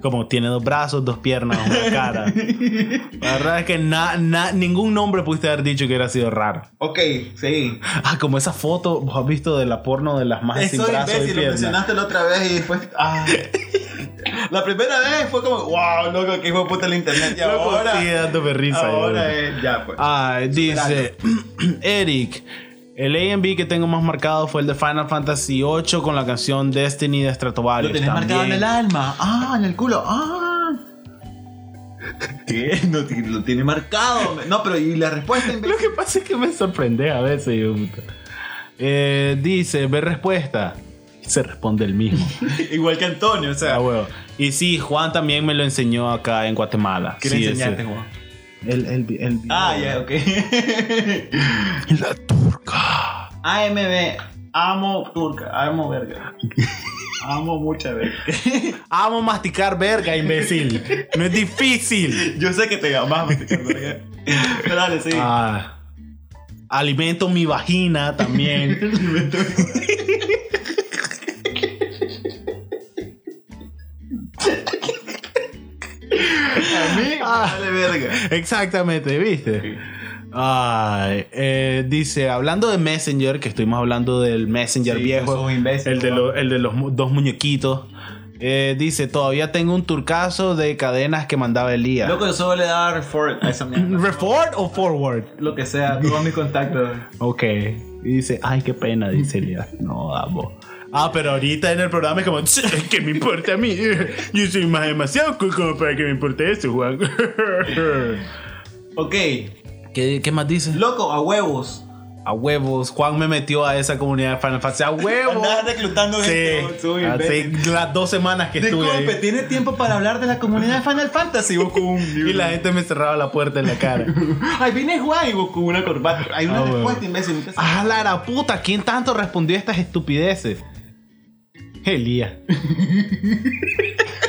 A: Como tiene dos brazos, dos piernas, una cara. La verdad es que na- na- ningún nombre pudiste haber dicho que hubiera sido raro.
B: Ok, sí.
A: Ah, como esa foto, vos has visto de la porno de las más sin
B: Eso
A: brazos y
B: imbécil, lo
A: piernas.
B: mencionaste la otra vez y después. ah. La primera vez fue como, wow, loco, que hijo de puta el internet. Y
A: Loco,
B: ahora.
A: sí, dándome risa,
B: ahora
A: yo.
B: es. Ya, pues.
A: Ah, dice Eric. El A&B que tengo más marcado fue el de Final Fantasy VIII con la canción Destiny de Stratovarius.
B: Lo tenés
A: también.
B: marcado en el alma. Ah, en el culo. Ah. ¿Qué? No, ti- lo tiene marcado. No, pero y la respuesta
A: Lo
B: imbécil?
A: que pasa es que me sorprende a veces. yo, puta. Eh, dice, ve respuesta. Se responde el mismo.
B: Igual que Antonio, o
A: Ah,
B: sea.
A: huevo. Y sí, Juan también me lo enseñó acá en Guatemala.
B: ¿Qué le
A: Sí,
B: enseñaste,
A: ese-
B: Juan?
A: El, el, el-
B: Ah, ya, ok.
A: La turca.
B: AMB. Amo turca. Amo verga. Amo mucha verga.
A: Amo masticar verga, imbécil. No es difícil.
B: Yo sé que te amas, verga. Pero dale, sí.
A: Ah, alimento mi vagina también.
B: A mí,
A: Ah.
B: dale verga.
A: Exactamente, ¿viste? Ay, eh, dice, hablando de Messenger, que estuvimos hablando del Messenger
B: Sí,
A: viejo.
B: sos un imbécil,
A: el, de
B: Juan.
A: lo- el de los mu- dos muñequitos. eh, dice, todavía tengo un turcazo de cadenas que mandaba Elías.
B: Loco, yo solo le daba refer a esa mierda.
A: ¿Reforward o forward?
B: Lo que sea, todos mis contactos.
A: Ok. Y dice, ay, qué pena, dice Elías. No, amo. Ah, pero ahorita en el programa es como, ¿qué me importa a mí? Yo soy más demasiado cool como para que me importe eso, Juan.
B: Ok,
A: ¿Qué, qué más dice?
B: loco, a huevos.
A: A huevos, Juan me metió a esa comunidad de Final Fantasy. A huevos.
B: Andás reclutando
A: Sí,
B: gente. soy un
A: hace
B: imbécil.
A: las dos semanas que estuve
B: Disculpe,
A: ahí.
B: ¿tiene tiempo para hablar de la comunidad de Final Fantasy, Goku?
A: Y la gente me cerraba la puerta en la cara.
B: Ay, viene Juan y Goku, una corbata. Hay una
A: Ah, bueno.
B: respuesta, imbécil. nunca se-
A: ¡Ah, la era puta! ¿Quién tanto respondió a estas estupideces? Elía.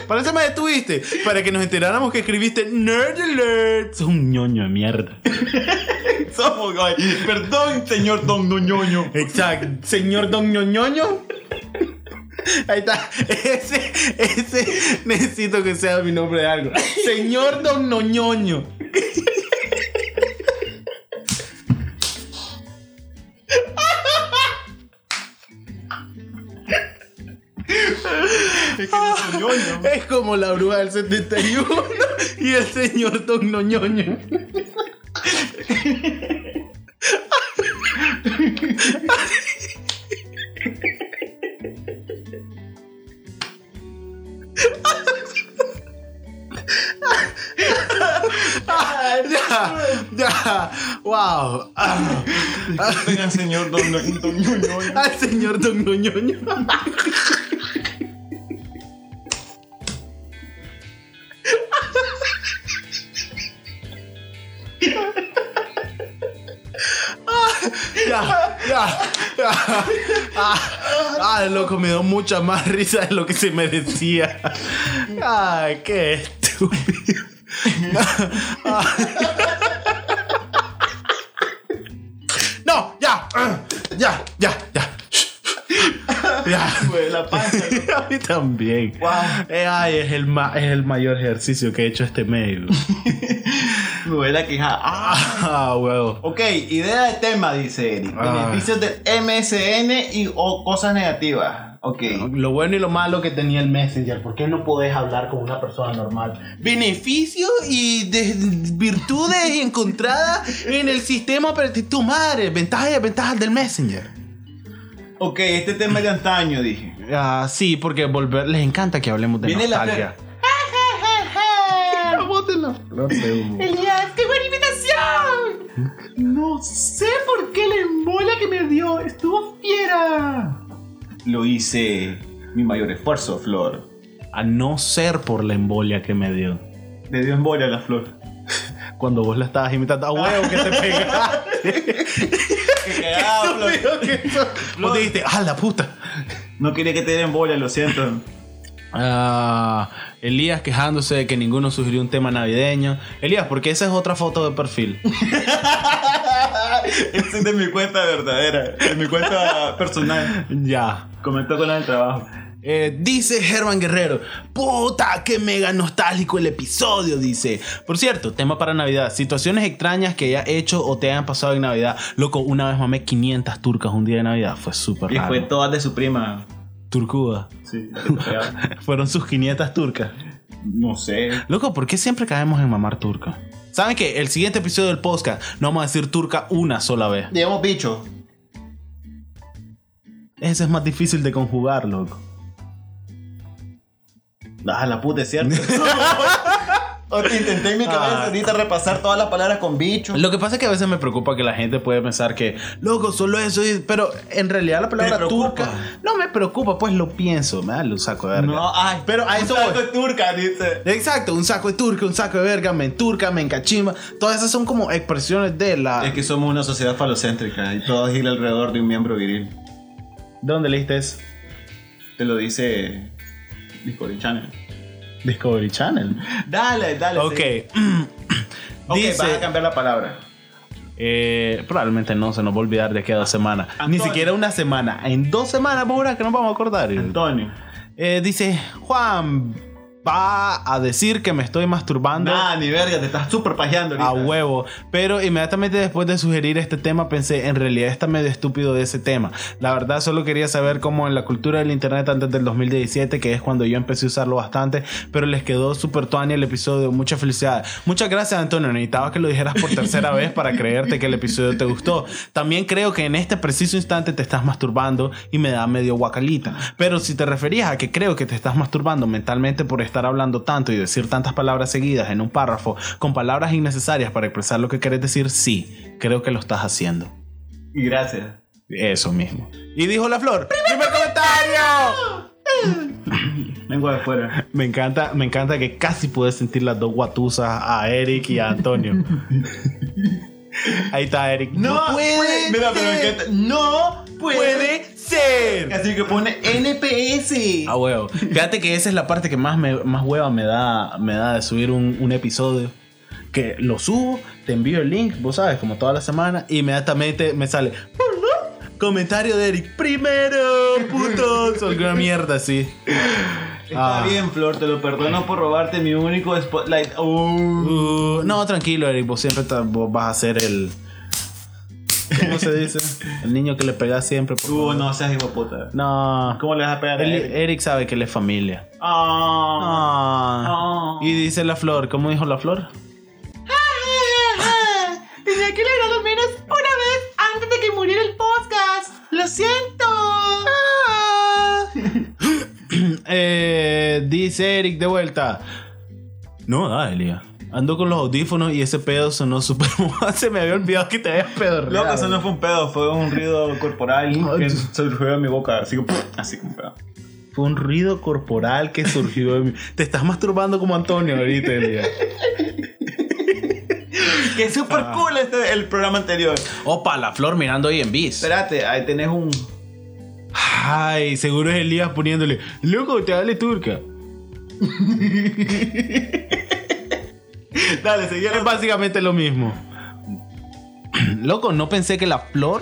A: Para eso me detuviste. Para que nos enteráramos que escribiste Nerd Alert. Es un ñoño de mierda.
B: Somos, ay, perdón, señor Don Doñoño.
A: Exacto. Señor Don ñoñoño. Ahí está. Ese, ese necesito que sea mi nombre de algo. Señor Don ñoñoño.
B: Es que no es Doñoño.
A: Es como la bruja del 71 y el señor Don Noñoño. Ya, ya, wow. Ah,
B: Venga, señor Don Doño- Doñoño.
A: Al señor Don Noñoño. Ya, ya, ya. Ah, ah, loco, me dio mucha más risa de lo que se merecía. Ay, qué estúpido. Ah. No, ya, ah, ya, ya, ya. Ya.
B: Pues, la panza.
A: A mí también. Eh, ay, es el, ma- es el mayor ejercicio que he hecho este medio.
B: Me duele la quijada. Ah.
A: Ah, huevo.
B: Ok, idea de tema, dice Eric.
A: Ah.
B: Beneficios del MSN y o cosas negativas. Ok.
A: Lo bueno y lo malo que tenía el Messenger. ¿Por qué no podés hablar con una persona normal? Beneficios y de- virtudes encontradas en el sistema operativo. Tu madre, ventajas y desventajas del Messenger.
B: Ok, este tema es de antaño, dije.
A: Ah, sí, porque volver les encanta que hablemos de
B: Viene la
A: nostalgia.
E: Elías, qué buena invitación.
C: No sé por qué la embola que me dio estuvo fiera.
B: Lo hice mi mayor esfuerzo, Flor.
A: A no ser por la embolia que me dio.
B: Le dio embolia a la Flor.
A: Cuando vos la estabas imitando a huevo que te pegaba. Vos dijiste, ah, la puta.
B: No quería que te den bola, lo siento.
A: Ah, Elías quejándose de que ninguno sugirió un tema navideño. Elías, porque esa es otra foto de perfil.
B: Ese es de mi cuenta verdadera, de mi cuenta personal.
A: ya.
B: Comentó con la del trabajo.
A: Eh, dice Germán Guerrero, puta, qué mega nostálgico el episodio, dice. Por cierto, tema para Navidad, situaciones extrañas que hayas hecho o te hayan pasado en Navidad. Loco, una vez mamé 500 turcas un día de Navidad, fue súper
B: Y
A: raro.
B: fue todas de su prima.
A: Turcuda,
B: Sí, la que te pegaba.
A: fueron sus 500 turcas.
B: No sé.
A: Loco, ¿por qué siempre caemos en mamar turca? ¿Saben qué? El siguiente episodio del podcast no vamos a decir turca una sola vez.
F: Digamos bicho.
A: Ese es más difícil de conjugar, loco.
B: Ah, la puta, es cierto.
F: Ahorita Intenté en mi
B: Ah.
F: cabeza ahorita repasar todas las palabras con bicho.
A: Lo que pasa es que a veces me preocupa que la gente puede pensar que, loco, solo eso, y- pero en realidad la palabra
B: preocupa?
A: turca no me preocupa, pues lo pienso, me da un saco de verga.
B: No, ay, pero a eso voy. turca, dice.
A: Exacto, un saco de turca, un saco de verga, me enturca, me encachimba. Todas esas son como expresiones de la.
B: Es que somos una sociedad falocéntrica y todo gira alrededor de un miembro viril.
A: ¿De dónde leíste eso?
B: Te lo dice Discovery Channel.
A: Discovery Channel.
B: Dale, dale.
A: Ok.
B: sí. Ok, vas a
A: Dice.
B: cambiar la palabra.
A: eh, probablemente no se nos va a olvidar de aquí a dos semanas. Ni
B: Antonio.
A: siquiera una semana. En dos semanas, vos jurás que nos vamos a acordar.
B: Antonio.
A: Eh, dice, Juan va a decir que me estoy masturbando
B: Nada, ni verga, te estás super pajeando
A: a
B: ahorita.
A: huevo. Pero inmediatamente después de sugerir este tema pensé, en realidad está medio estúpido de ese tema. La verdad solo quería saber cómo en la cultura del internet antes del 2017, que es cuando yo empecé a usarlo bastante, pero les quedó súper tuani el episodio. Muchas felicidades. Muchas gracias Antonio, necesitaba que lo dijeras por tercera vez para creerte que el episodio te gustó. También creo que en este preciso instante te estás masturbando y me da medio guacalita. Pero si te referías a que creo que te estás masturbando mentalmente por estar hablando tanto y decir tantas palabras seguidas en un párrafo con palabras innecesarias para expresar lo que querés decir, sí, creo que lo estás haciendo.
B: Y gracias.
A: Eso mismo. Y dijo la flor. ¡Primer comentario!
B: Lengua de fuera.
A: Me encanta, me encanta que casi pude sentir las dos guatusas a Eric y a Antonio. Ahí está Eric.
B: puede. Mira, pero me encanta. No puede.
A: ser. dicen.
B: Así que pone NPS.
A: A huevo. Fíjate que esa es la parte que más, me, más hueva me da, me da de subir un, un episodio. Que lo subo, te envío el link, vos sabes, como toda la semana, y inmediatamente me sale. Comentario de Eric. Primero, putos. Alguna mierda así.
B: Está
A: Ah.
B: bien, Flor, te lo perdono por robarte mi único spotlight. Uh.
A: Uh, no, tranquilo, Eric. Vos siempre ta- vos vas a ser el. ¿Cómo se dice? El niño que le pega siempre. por
B: Uh,
A: favor.
B: no seas hijo de puta.
A: No.
B: ¿Cómo le vas a pegar a
A: Él-
B: él?
A: Eric sabe que él es familia.
B: Ah.
A: Ah.
B: Ah.
A: Y dice la flor, ¿cómo dijo la flor?
E: Tenía que leer al menos una vez antes de que muriera el podcast. Lo siento.
A: Ah. Eh, dice Eric de vuelta. No, dale, Elia. Ando con los audífonos y ese pedo sonó súper. Se me había olvidado que te habías pedo.
B: Loco, eso no fue un pedo, fue un ruido corporal que surgió de mi boca, así como, así como un pedo.
A: Fue un ruido corporal que surgió de mí. Te estás masturbando como Antonio ahorita, Elia.
B: Que super cool este el programa anterior.
A: Opa, la flor mirando ahí en bis.
B: Espérate, ahí tenés un.
A: Ay, seguro es Elías poniéndole, loco, te dale turca.
B: Dale, seguí
A: Es básicamente lo mismo. Loco, no pensé que la flor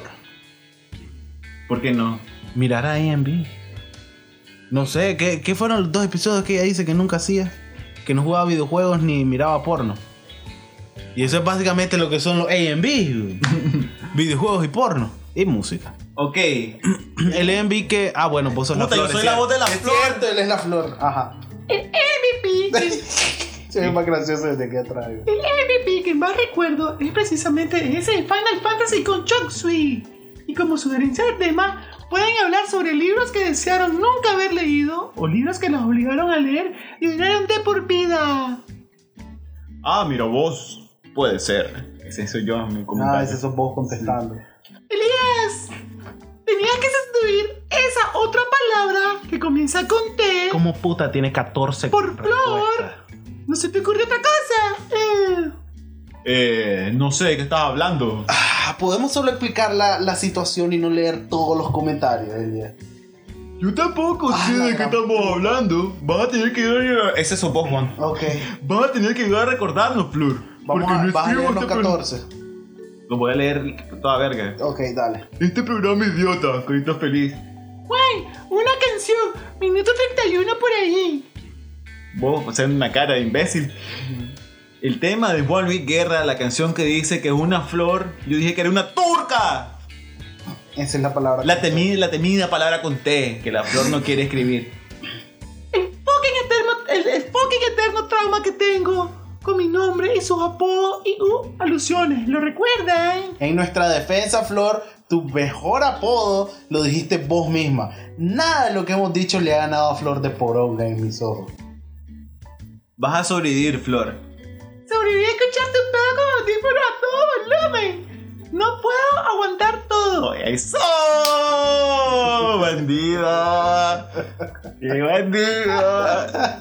B: ¿Por qué no?
A: mirara a AMB. No sé, ¿qué, qué fueron los dos episodios que ella dice que nunca hacía? Que no jugaba videojuegos ni miraba porno. Y eso es básicamente lo que son los AMB. güey. videojuegos y porno. Y música.
B: Ok.
A: El AMB que... Ah, bueno, vos sos la
B: Puta, yo
A: flor.
B: soy
A: es
B: la
A: cierto.
B: voz de la
F: Es
B: flor.
F: cierto, él es la flor. Ajá.
E: El MVP,
F: Se ve más gracioso desde que atrás. güey.
E: el MVP que más recuerdo es precisamente ese de Final Fantasy con Chong Sui. Y como sugerencia de tema, pueden hablar sobre libros que desearon nunca haber leído o libros que los obligaron a leer y duraron de por vida.
B: Ah, mira, vos. Puede ser. Ese soy yo, mi
F: Ah,
B: comentario.
F: ese sos vos contestando.
E: Elías, tenías que sustituir esa otra palabra que comienza con T.
C: ¿Cómo puta tiene 14
E: Por favor.
C: respuestas?
E: No se te ocurre otra cosa. Eh.
B: Eh, no sé de qué estabas hablando.
F: Ah, Podemos solo explicar la, la situación y no leer todos los comentarios, Elia.
B: Yo tampoco
F: Ah,
B: sé
F: la
B: de qué
F: gran
B: estamos hablando. Vas a tener que ir a... Ese sos vos, Juan.
F: Ok.
B: Vas a tener que ayudar a recordarnos, Flor.
F: Vamos a, vas a leer los
B: este, pro-
F: 14.
B: Lo voy a leer toda verga.
F: Ok, dale.
B: Este programa idiota, carita feliz.
E: Güey, una canción, minuto 31 por ahí.
B: Vos, o sea, una cara de imbécil. El tema de Juan Luis Guerra, la canción que dice que es una flor, yo dije que era una turca.
F: Esa es la palabra.
B: La temida, la temida palabra con T, que la flor no quiere escribir.
E: El fucking eterno, el, el fucking eterno trauma que tengo con mi nombre y sus apodos y uh, alusiones. ¿Lo recuerdan?
F: En nuestra defensa, Flor, tu mejor apodo lo dijiste vos misma. Nada de lo que hemos dicho le ha ganado a Flor de poronga en mis ojos.
B: Vas a sobrevivir, flor.
E: Sobreviví a escucharte un pedo como audífono a todo volumen. No puedo aguantar todo.
B: ¡Eso! ¡Bandida! ¡Qué bandida!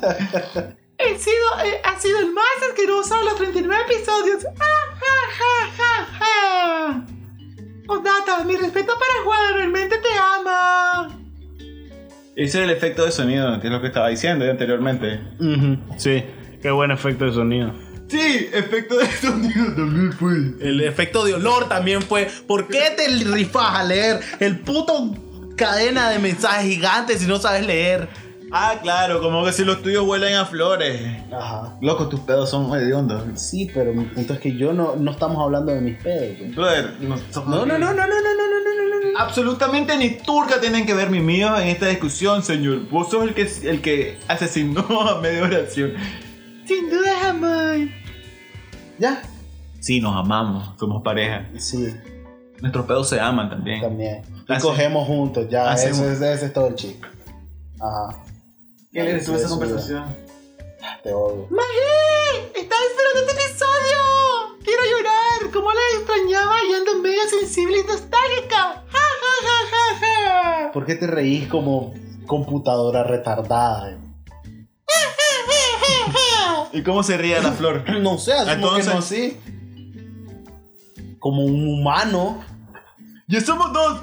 E: He sido, eh, ha sido el más asqueroso de los 39 episodios. ¡Ja, ja, ja, ja, ja! Odata, mi respeto para Juan, realmente te ama.
B: Ese era el efecto de sonido, que es lo que estaba diciendo anteriormente.
A: Ujú, Sí, qué buen efecto de sonido.
B: Sí, efecto de sonido también fue.
A: El efecto de olor también fue. ¿Por qué te rifas a leer el puto cadena de mensajes gigantes si no sabes leer?
B: Ah, claro, como que si los tuyos huelen a flores.
F: Ajá.
B: Loco, tus pedos son hediondos.
F: Sí, pero entonces que yo no, no estamos hablando de mis pedos. güey.
B: Brother, no, son-
F: No, no, no, no, no, no, no, no, no, no, no.
B: Absolutamente ni turca tienen que ver mi mío en esta discusión, señor. Vos sos el que, el que asesinó a media oración.
E: Sin duda, jamás.
F: ¿Ya?
B: Sí, nos amamos, somos pareja.
F: Sí,
B: Nuestros pedos se aman también.
F: también. Y
B: Hace-
F: cogemos juntos, ya.
B: hacemos-
F: Ese, es- ese es todo el chiste. Ajá.
B: ¿Qué le estuvo esa conversación?
F: Te odio.
E: ¡Magé! ¡Estaba esperando este episodio! ¡Quiero llorar! ¡Cómo la extrañaba y ando medio sensible y nostálgica! ¡Ja, ja, ja, ja, ja!
F: ¿Por qué te reís como computadora retardada? güey?
B: ¿Y cómo se ríe la flor?
F: No sé, asumo
B: Entonces-
F: que no así. Como un humano.
B: ¡Ya somos dos!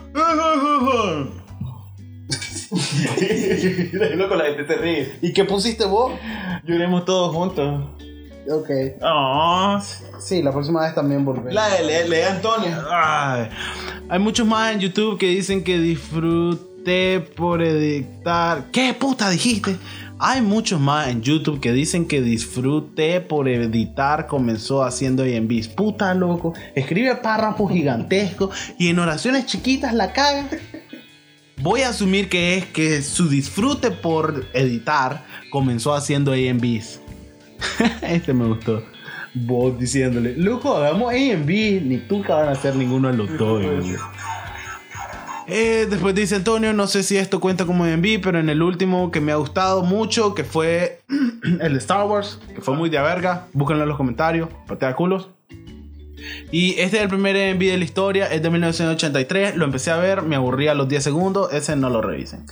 B: Y loco, la gente se ríe.
F: ¿Y qué pusiste vos?
B: Lloremos todos juntos.
F: Ok.
B: Ah.
F: Sí, la próxima vez también volveré.
B: La de le, de Antonio.
A: Ay, hay muchos más en YouTube que dicen que disfruté por editar. ¿Qué puta dijiste? Hay muchos más en YouTube que dicen que disfruté por editar comenzó haciendo y en bis. Puta loco. Escribe párrafos gigantescos y en oraciones chiquitas la caga. Voy a asumir que es que su disfrute por editar comenzó haciendo AMVs. este me gustó. Vos diciéndole, loco, hagamos AMV, ni tú que van a hacer ninguno de los dos. güey". Eh, después dice Antonio, no sé si esto cuenta como AMV, pero en el último que me ha gustado mucho, que fue el de Star Wars, que fue muy de a verga, búsquenlo en los comentarios, patea culos. Y este es el primer AMV de la historia, es de 1983, lo empecé a ver, me aburría a los 10 segundos, ese no lo revisen.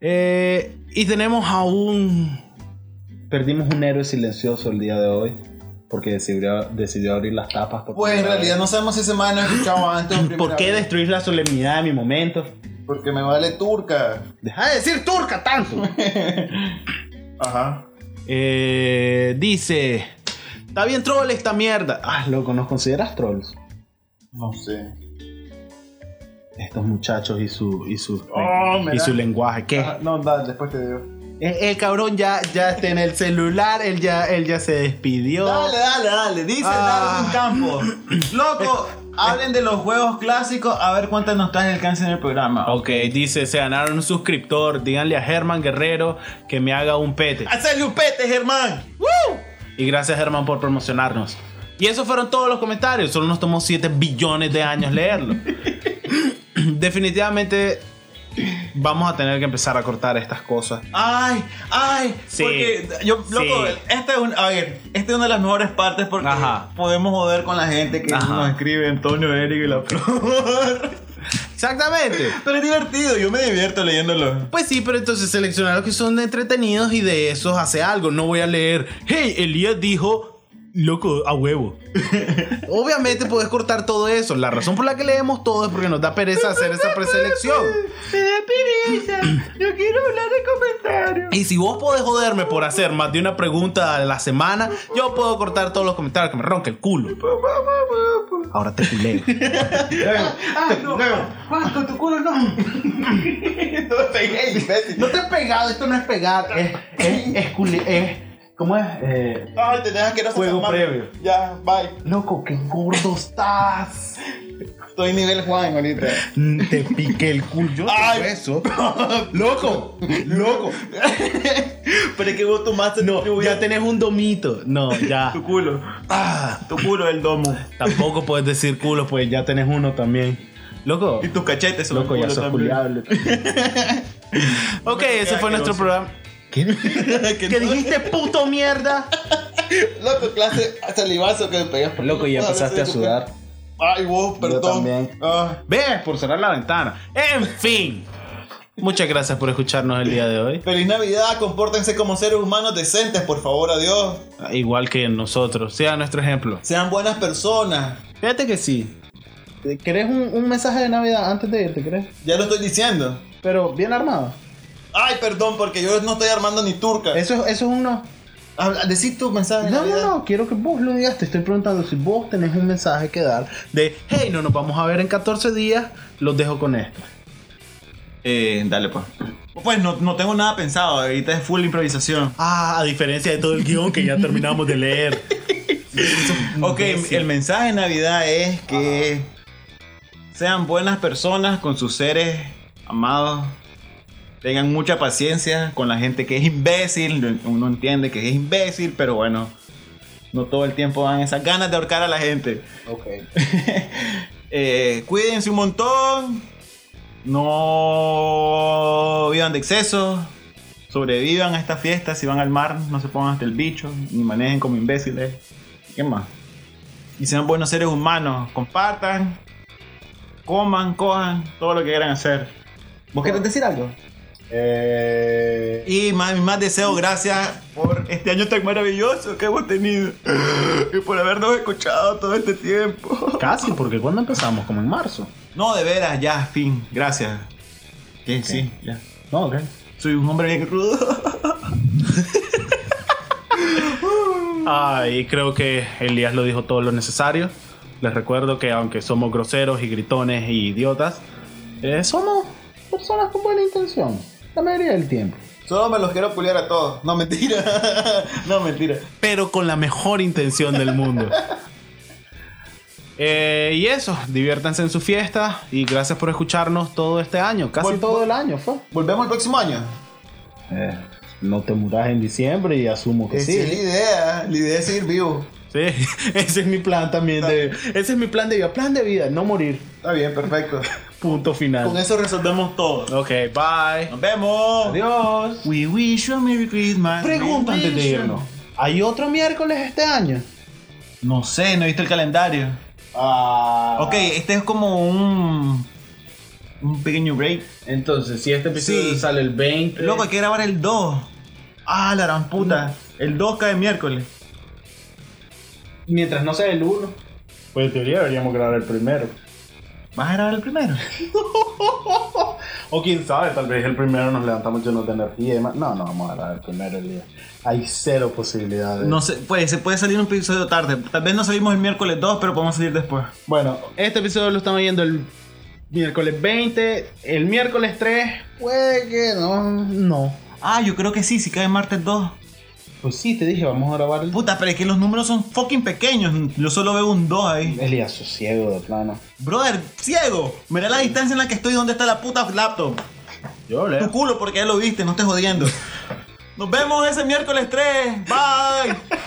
A: Eh, y tenemos aún... Perdimos un héroe silencioso el día de hoy, porque decidió, decidió abrir las tapas. por
B: Pues en
A: primera
B: realidad no sabemos si ese man no escuchaba antes.
A: vez.
B: o
A: ¿Por
B: primera
A: qué
B: vez.
A: destruir la solemnidad de mi momento?
B: Porque me vale turca.
A: Deja de decir turca tanto.
B: Ajá.
A: Eh, dice: Está bien, troll esta mierda. Ah, loco, ¿nos consideras trolls?
B: No sé.
A: Estos muchachos y su, y su,
B: Oh,
A: y
B: mira.
A: su lenguaje. ¿Qué?
B: Ajá, No, dale, después te digo.
A: El, el cabrón ya, ya está en el celular, él ya, él ya se despidió.
B: Dale, dale, dale. Dice
A: Ah.
B: Darwin Campos. Loco, hablen de los juegos clásicos a ver cuántas nos traen el cáncer en el programa.
A: Ok, dice: Se ganaron un suscriptor. Díganle a Germán Guerrero que me haga un pete.
B: ¡Hazle un pete, Germán!
A: Y gracias, Germán, por promocionarnos. Y esos fueron todos los comentarios. Solo nos tomó 7 billones de años leerlo. Definitivamente vamos a tener que empezar a cortar estas cosas.
B: Ay, ay,
A: Sí.
B: porque yo, loco,
A: Sí.
B: esta es un- a ver, esta es una de las mejores partes porque
A: Ajá.
B: podemos joder con la gente que
A: Ajá.
B: nos escribe Antonio, Eric y la flor.
A: Exactamente.
B: Pero es divertido, yo me divierto leyéndolo.
A: Pues sí, pero entonces selecciona los que son entretenidos y de esos hace algo. No voy a leer, hey, Elías dijo, loco, a huevo. Obviamente puedes cortar todo eso. La razón por la que leemos todo es porque nos da pereza hacer esa preselección.
E: Me da pereza. Yo quiero hablar de comentarios.
A: Y si vos podés joderme por hacer más de una pregunta a la semana, yo puedo cortar todos los comentarios que me ronque el culo. Ahora te culeo.
E: Ah, no. Vasco, tu culo no.
F: No te he pegado, esto no es pegar, es, es, es, culi- es- ¿Cómo es? Eh,
B: Ay, te dejas que no
A: Juego previo.
B: Ya, bye.
F: loco, qué gordo estás.
B: Estoy nivel Juan ahorita.
A: Te piqué el culo. Yo
B: Ay.
A: eso. Loco, loco.
B: Pero es que vos tomaste
A: No, ya tenés un domito. No, ya.
B: tu culo.
A: Ah,
B: Tu culo el domo.
A: tampoco puedes decir culo, pues ya tenés uno también. Loco.
B: Y tus cachetes son
A: Loco, ya
B: el culo
A: sos
B: también.
A: culiable. ok, ese fue nuestro
B: Asqueroso.
A: programa. ¿Qué?
B: Que
A: ¿Qué
B: no-
A: dijiste, puto mierda?
B: Loco, clase salivazo que me pegas.
A: Loco, ya empezaste a sudar.
B: Ay, vos, perdón.
F: también.
B: Ah,
A: ¿Ves? Por cerrar la ventana. En fin. Muchas gracias por escucharnos el día de hoy.
B: feliz Navidad, compórtense como seres humanos decentes, por favor, adiós.
A: Igual que nosotros. Sea nuestro ejemplo.
B: Sean buenas personas.
A: Fíjate que sí.
F: ¿Querés un, un mensaje de Navidad antes de irte, crees?
B: Ya lo estoy diciendo.
F: Pero bien armado.
B: Ay, perdón, porque yo no estoy armando ni turca.
F: Eso, es- eso es uno.
B: Habla, decí tu mensaje. de
F: No, no,
B: Navidad.
F: no, quiero que vos lo digas. Te estoy preguntando si vos tenés un mensaje que dar.
A: De, hey, no nos vamos a ver en 14 días. Los dejo con esto.
B: Eh, dale, pues. Pues no, no tengo nada pensado, ahorita es full improvisación.
A: Ah, a diferencia de todo el guión que ya terminamos de leer. Mm,
B: Ok, el mensaje de Navidad es que sean buenas personas con sus seres amados. Tengan mucha paciencia con la gente que es imbécil. Uno entiende que es imbécil, pero bueno, no todo el tiempo dan esas ganas de ahorcar a la gente.
F: Ok.
B: Eh, cuídense un montón. No vivan de exceso. Sobrevivan a esta fiesta. Si van al mar, no se pongan hasta el bicho. Ni manejen como imbéciles. ¿Qué más? Y sean buenos seres humanos. Compartan. Coman, cojan. Todo lo que quieran hacer. ¿Vos querés decir algo?
F: Eh,
B: Y más, más deseo gracias por este año tan maravilloso que hemos tenido. Y por habernos escuchado todo este tiempo.
A: Casi, porque cuando empezamos, como en marzo.
B: No, de veras, ya, fin, gracias. Que sí, ya.
F: No, ok.
B: Soy un hombre bien rudo.
A: Ah, y creo que Elías lo dijo todo lo necesario. Les recuerdo que aunque somos groseros y gritones y idiotas, eh, somos
F: Personas con buena intención. La mayoría del tiempo.
B: Solo me los quiero puliar a todos. No, mentira. no, mentira.
A: pero con la mejor intención del mundo. Eh, y eso, diviértanse en su fiesta y gracias por escucharnos todo este año, casi
F: Casi
A: todo.
F: todo el año fue.
B: Volvemos el próximo año.
F: Eh, no te muras en diciembre y asumo que
B: Esa
F: Eh, sí.
B: es la idea. La idea es seguir vivo.
A: Sí, ese es mi plan también de, ese es mi plan de vida, plan de vida, no morir.
B: Está bien, perfecto.
A: Punto
B: Con
A: final.
B: eso resolvemos todo.
A: Ok, bye.
B: Nos vemos.
F: Adiós.
B: We wish you a Merry Christmas.
F: Pregunta
B: We
F: antes de
B: wish you-
F: irnos. ¿Hay otro miércoles este año?
B: No sé, no he visto el calendario.
F: Ah.
B: Ok, este es como un. Un pequeño break.
A: Entonces, si este
B: episodio
A: sale el 20,
B: Loco, hay que grabar el 2. Ah, la gran puta. El 2 cae miércoles.
A: mientras no sea el 1.
F: Pues en teoría deberíamos grabar el primero.
B: ¿Vas a grabar el primero?
F: O quién sabe, tal vez el primero nos levantamos llenos de energía y demás. No, no, vamos a grabar el primero el día. Hay cero posibilidades.
B: No sé, puede, se puede salir un episodio tarde. Tal vez no salimos el miércoles 2, pero podemos salir después.
F: Bueno,
A: Este episodio lo estamos viendo el miércoles 20, el miércoles 3.
F: puede que no. No.
B: Ah, yo creo que sí, si cae martes 2.
F: Pues sí, te dije, vamos a grabar el.
B: Puta, pero es que los números son fucking pequeños. Yo solo veo un 2 ahí.
F: El día sosiego de plano.
B: Brother, ciego. Mira la distancia en la que estoy y dónde está la puta laptop.
A: Yo le
B: Tu culo porque ya lo viste, no estés jodiendo. Nos vemos ese miércoles 3. Bye.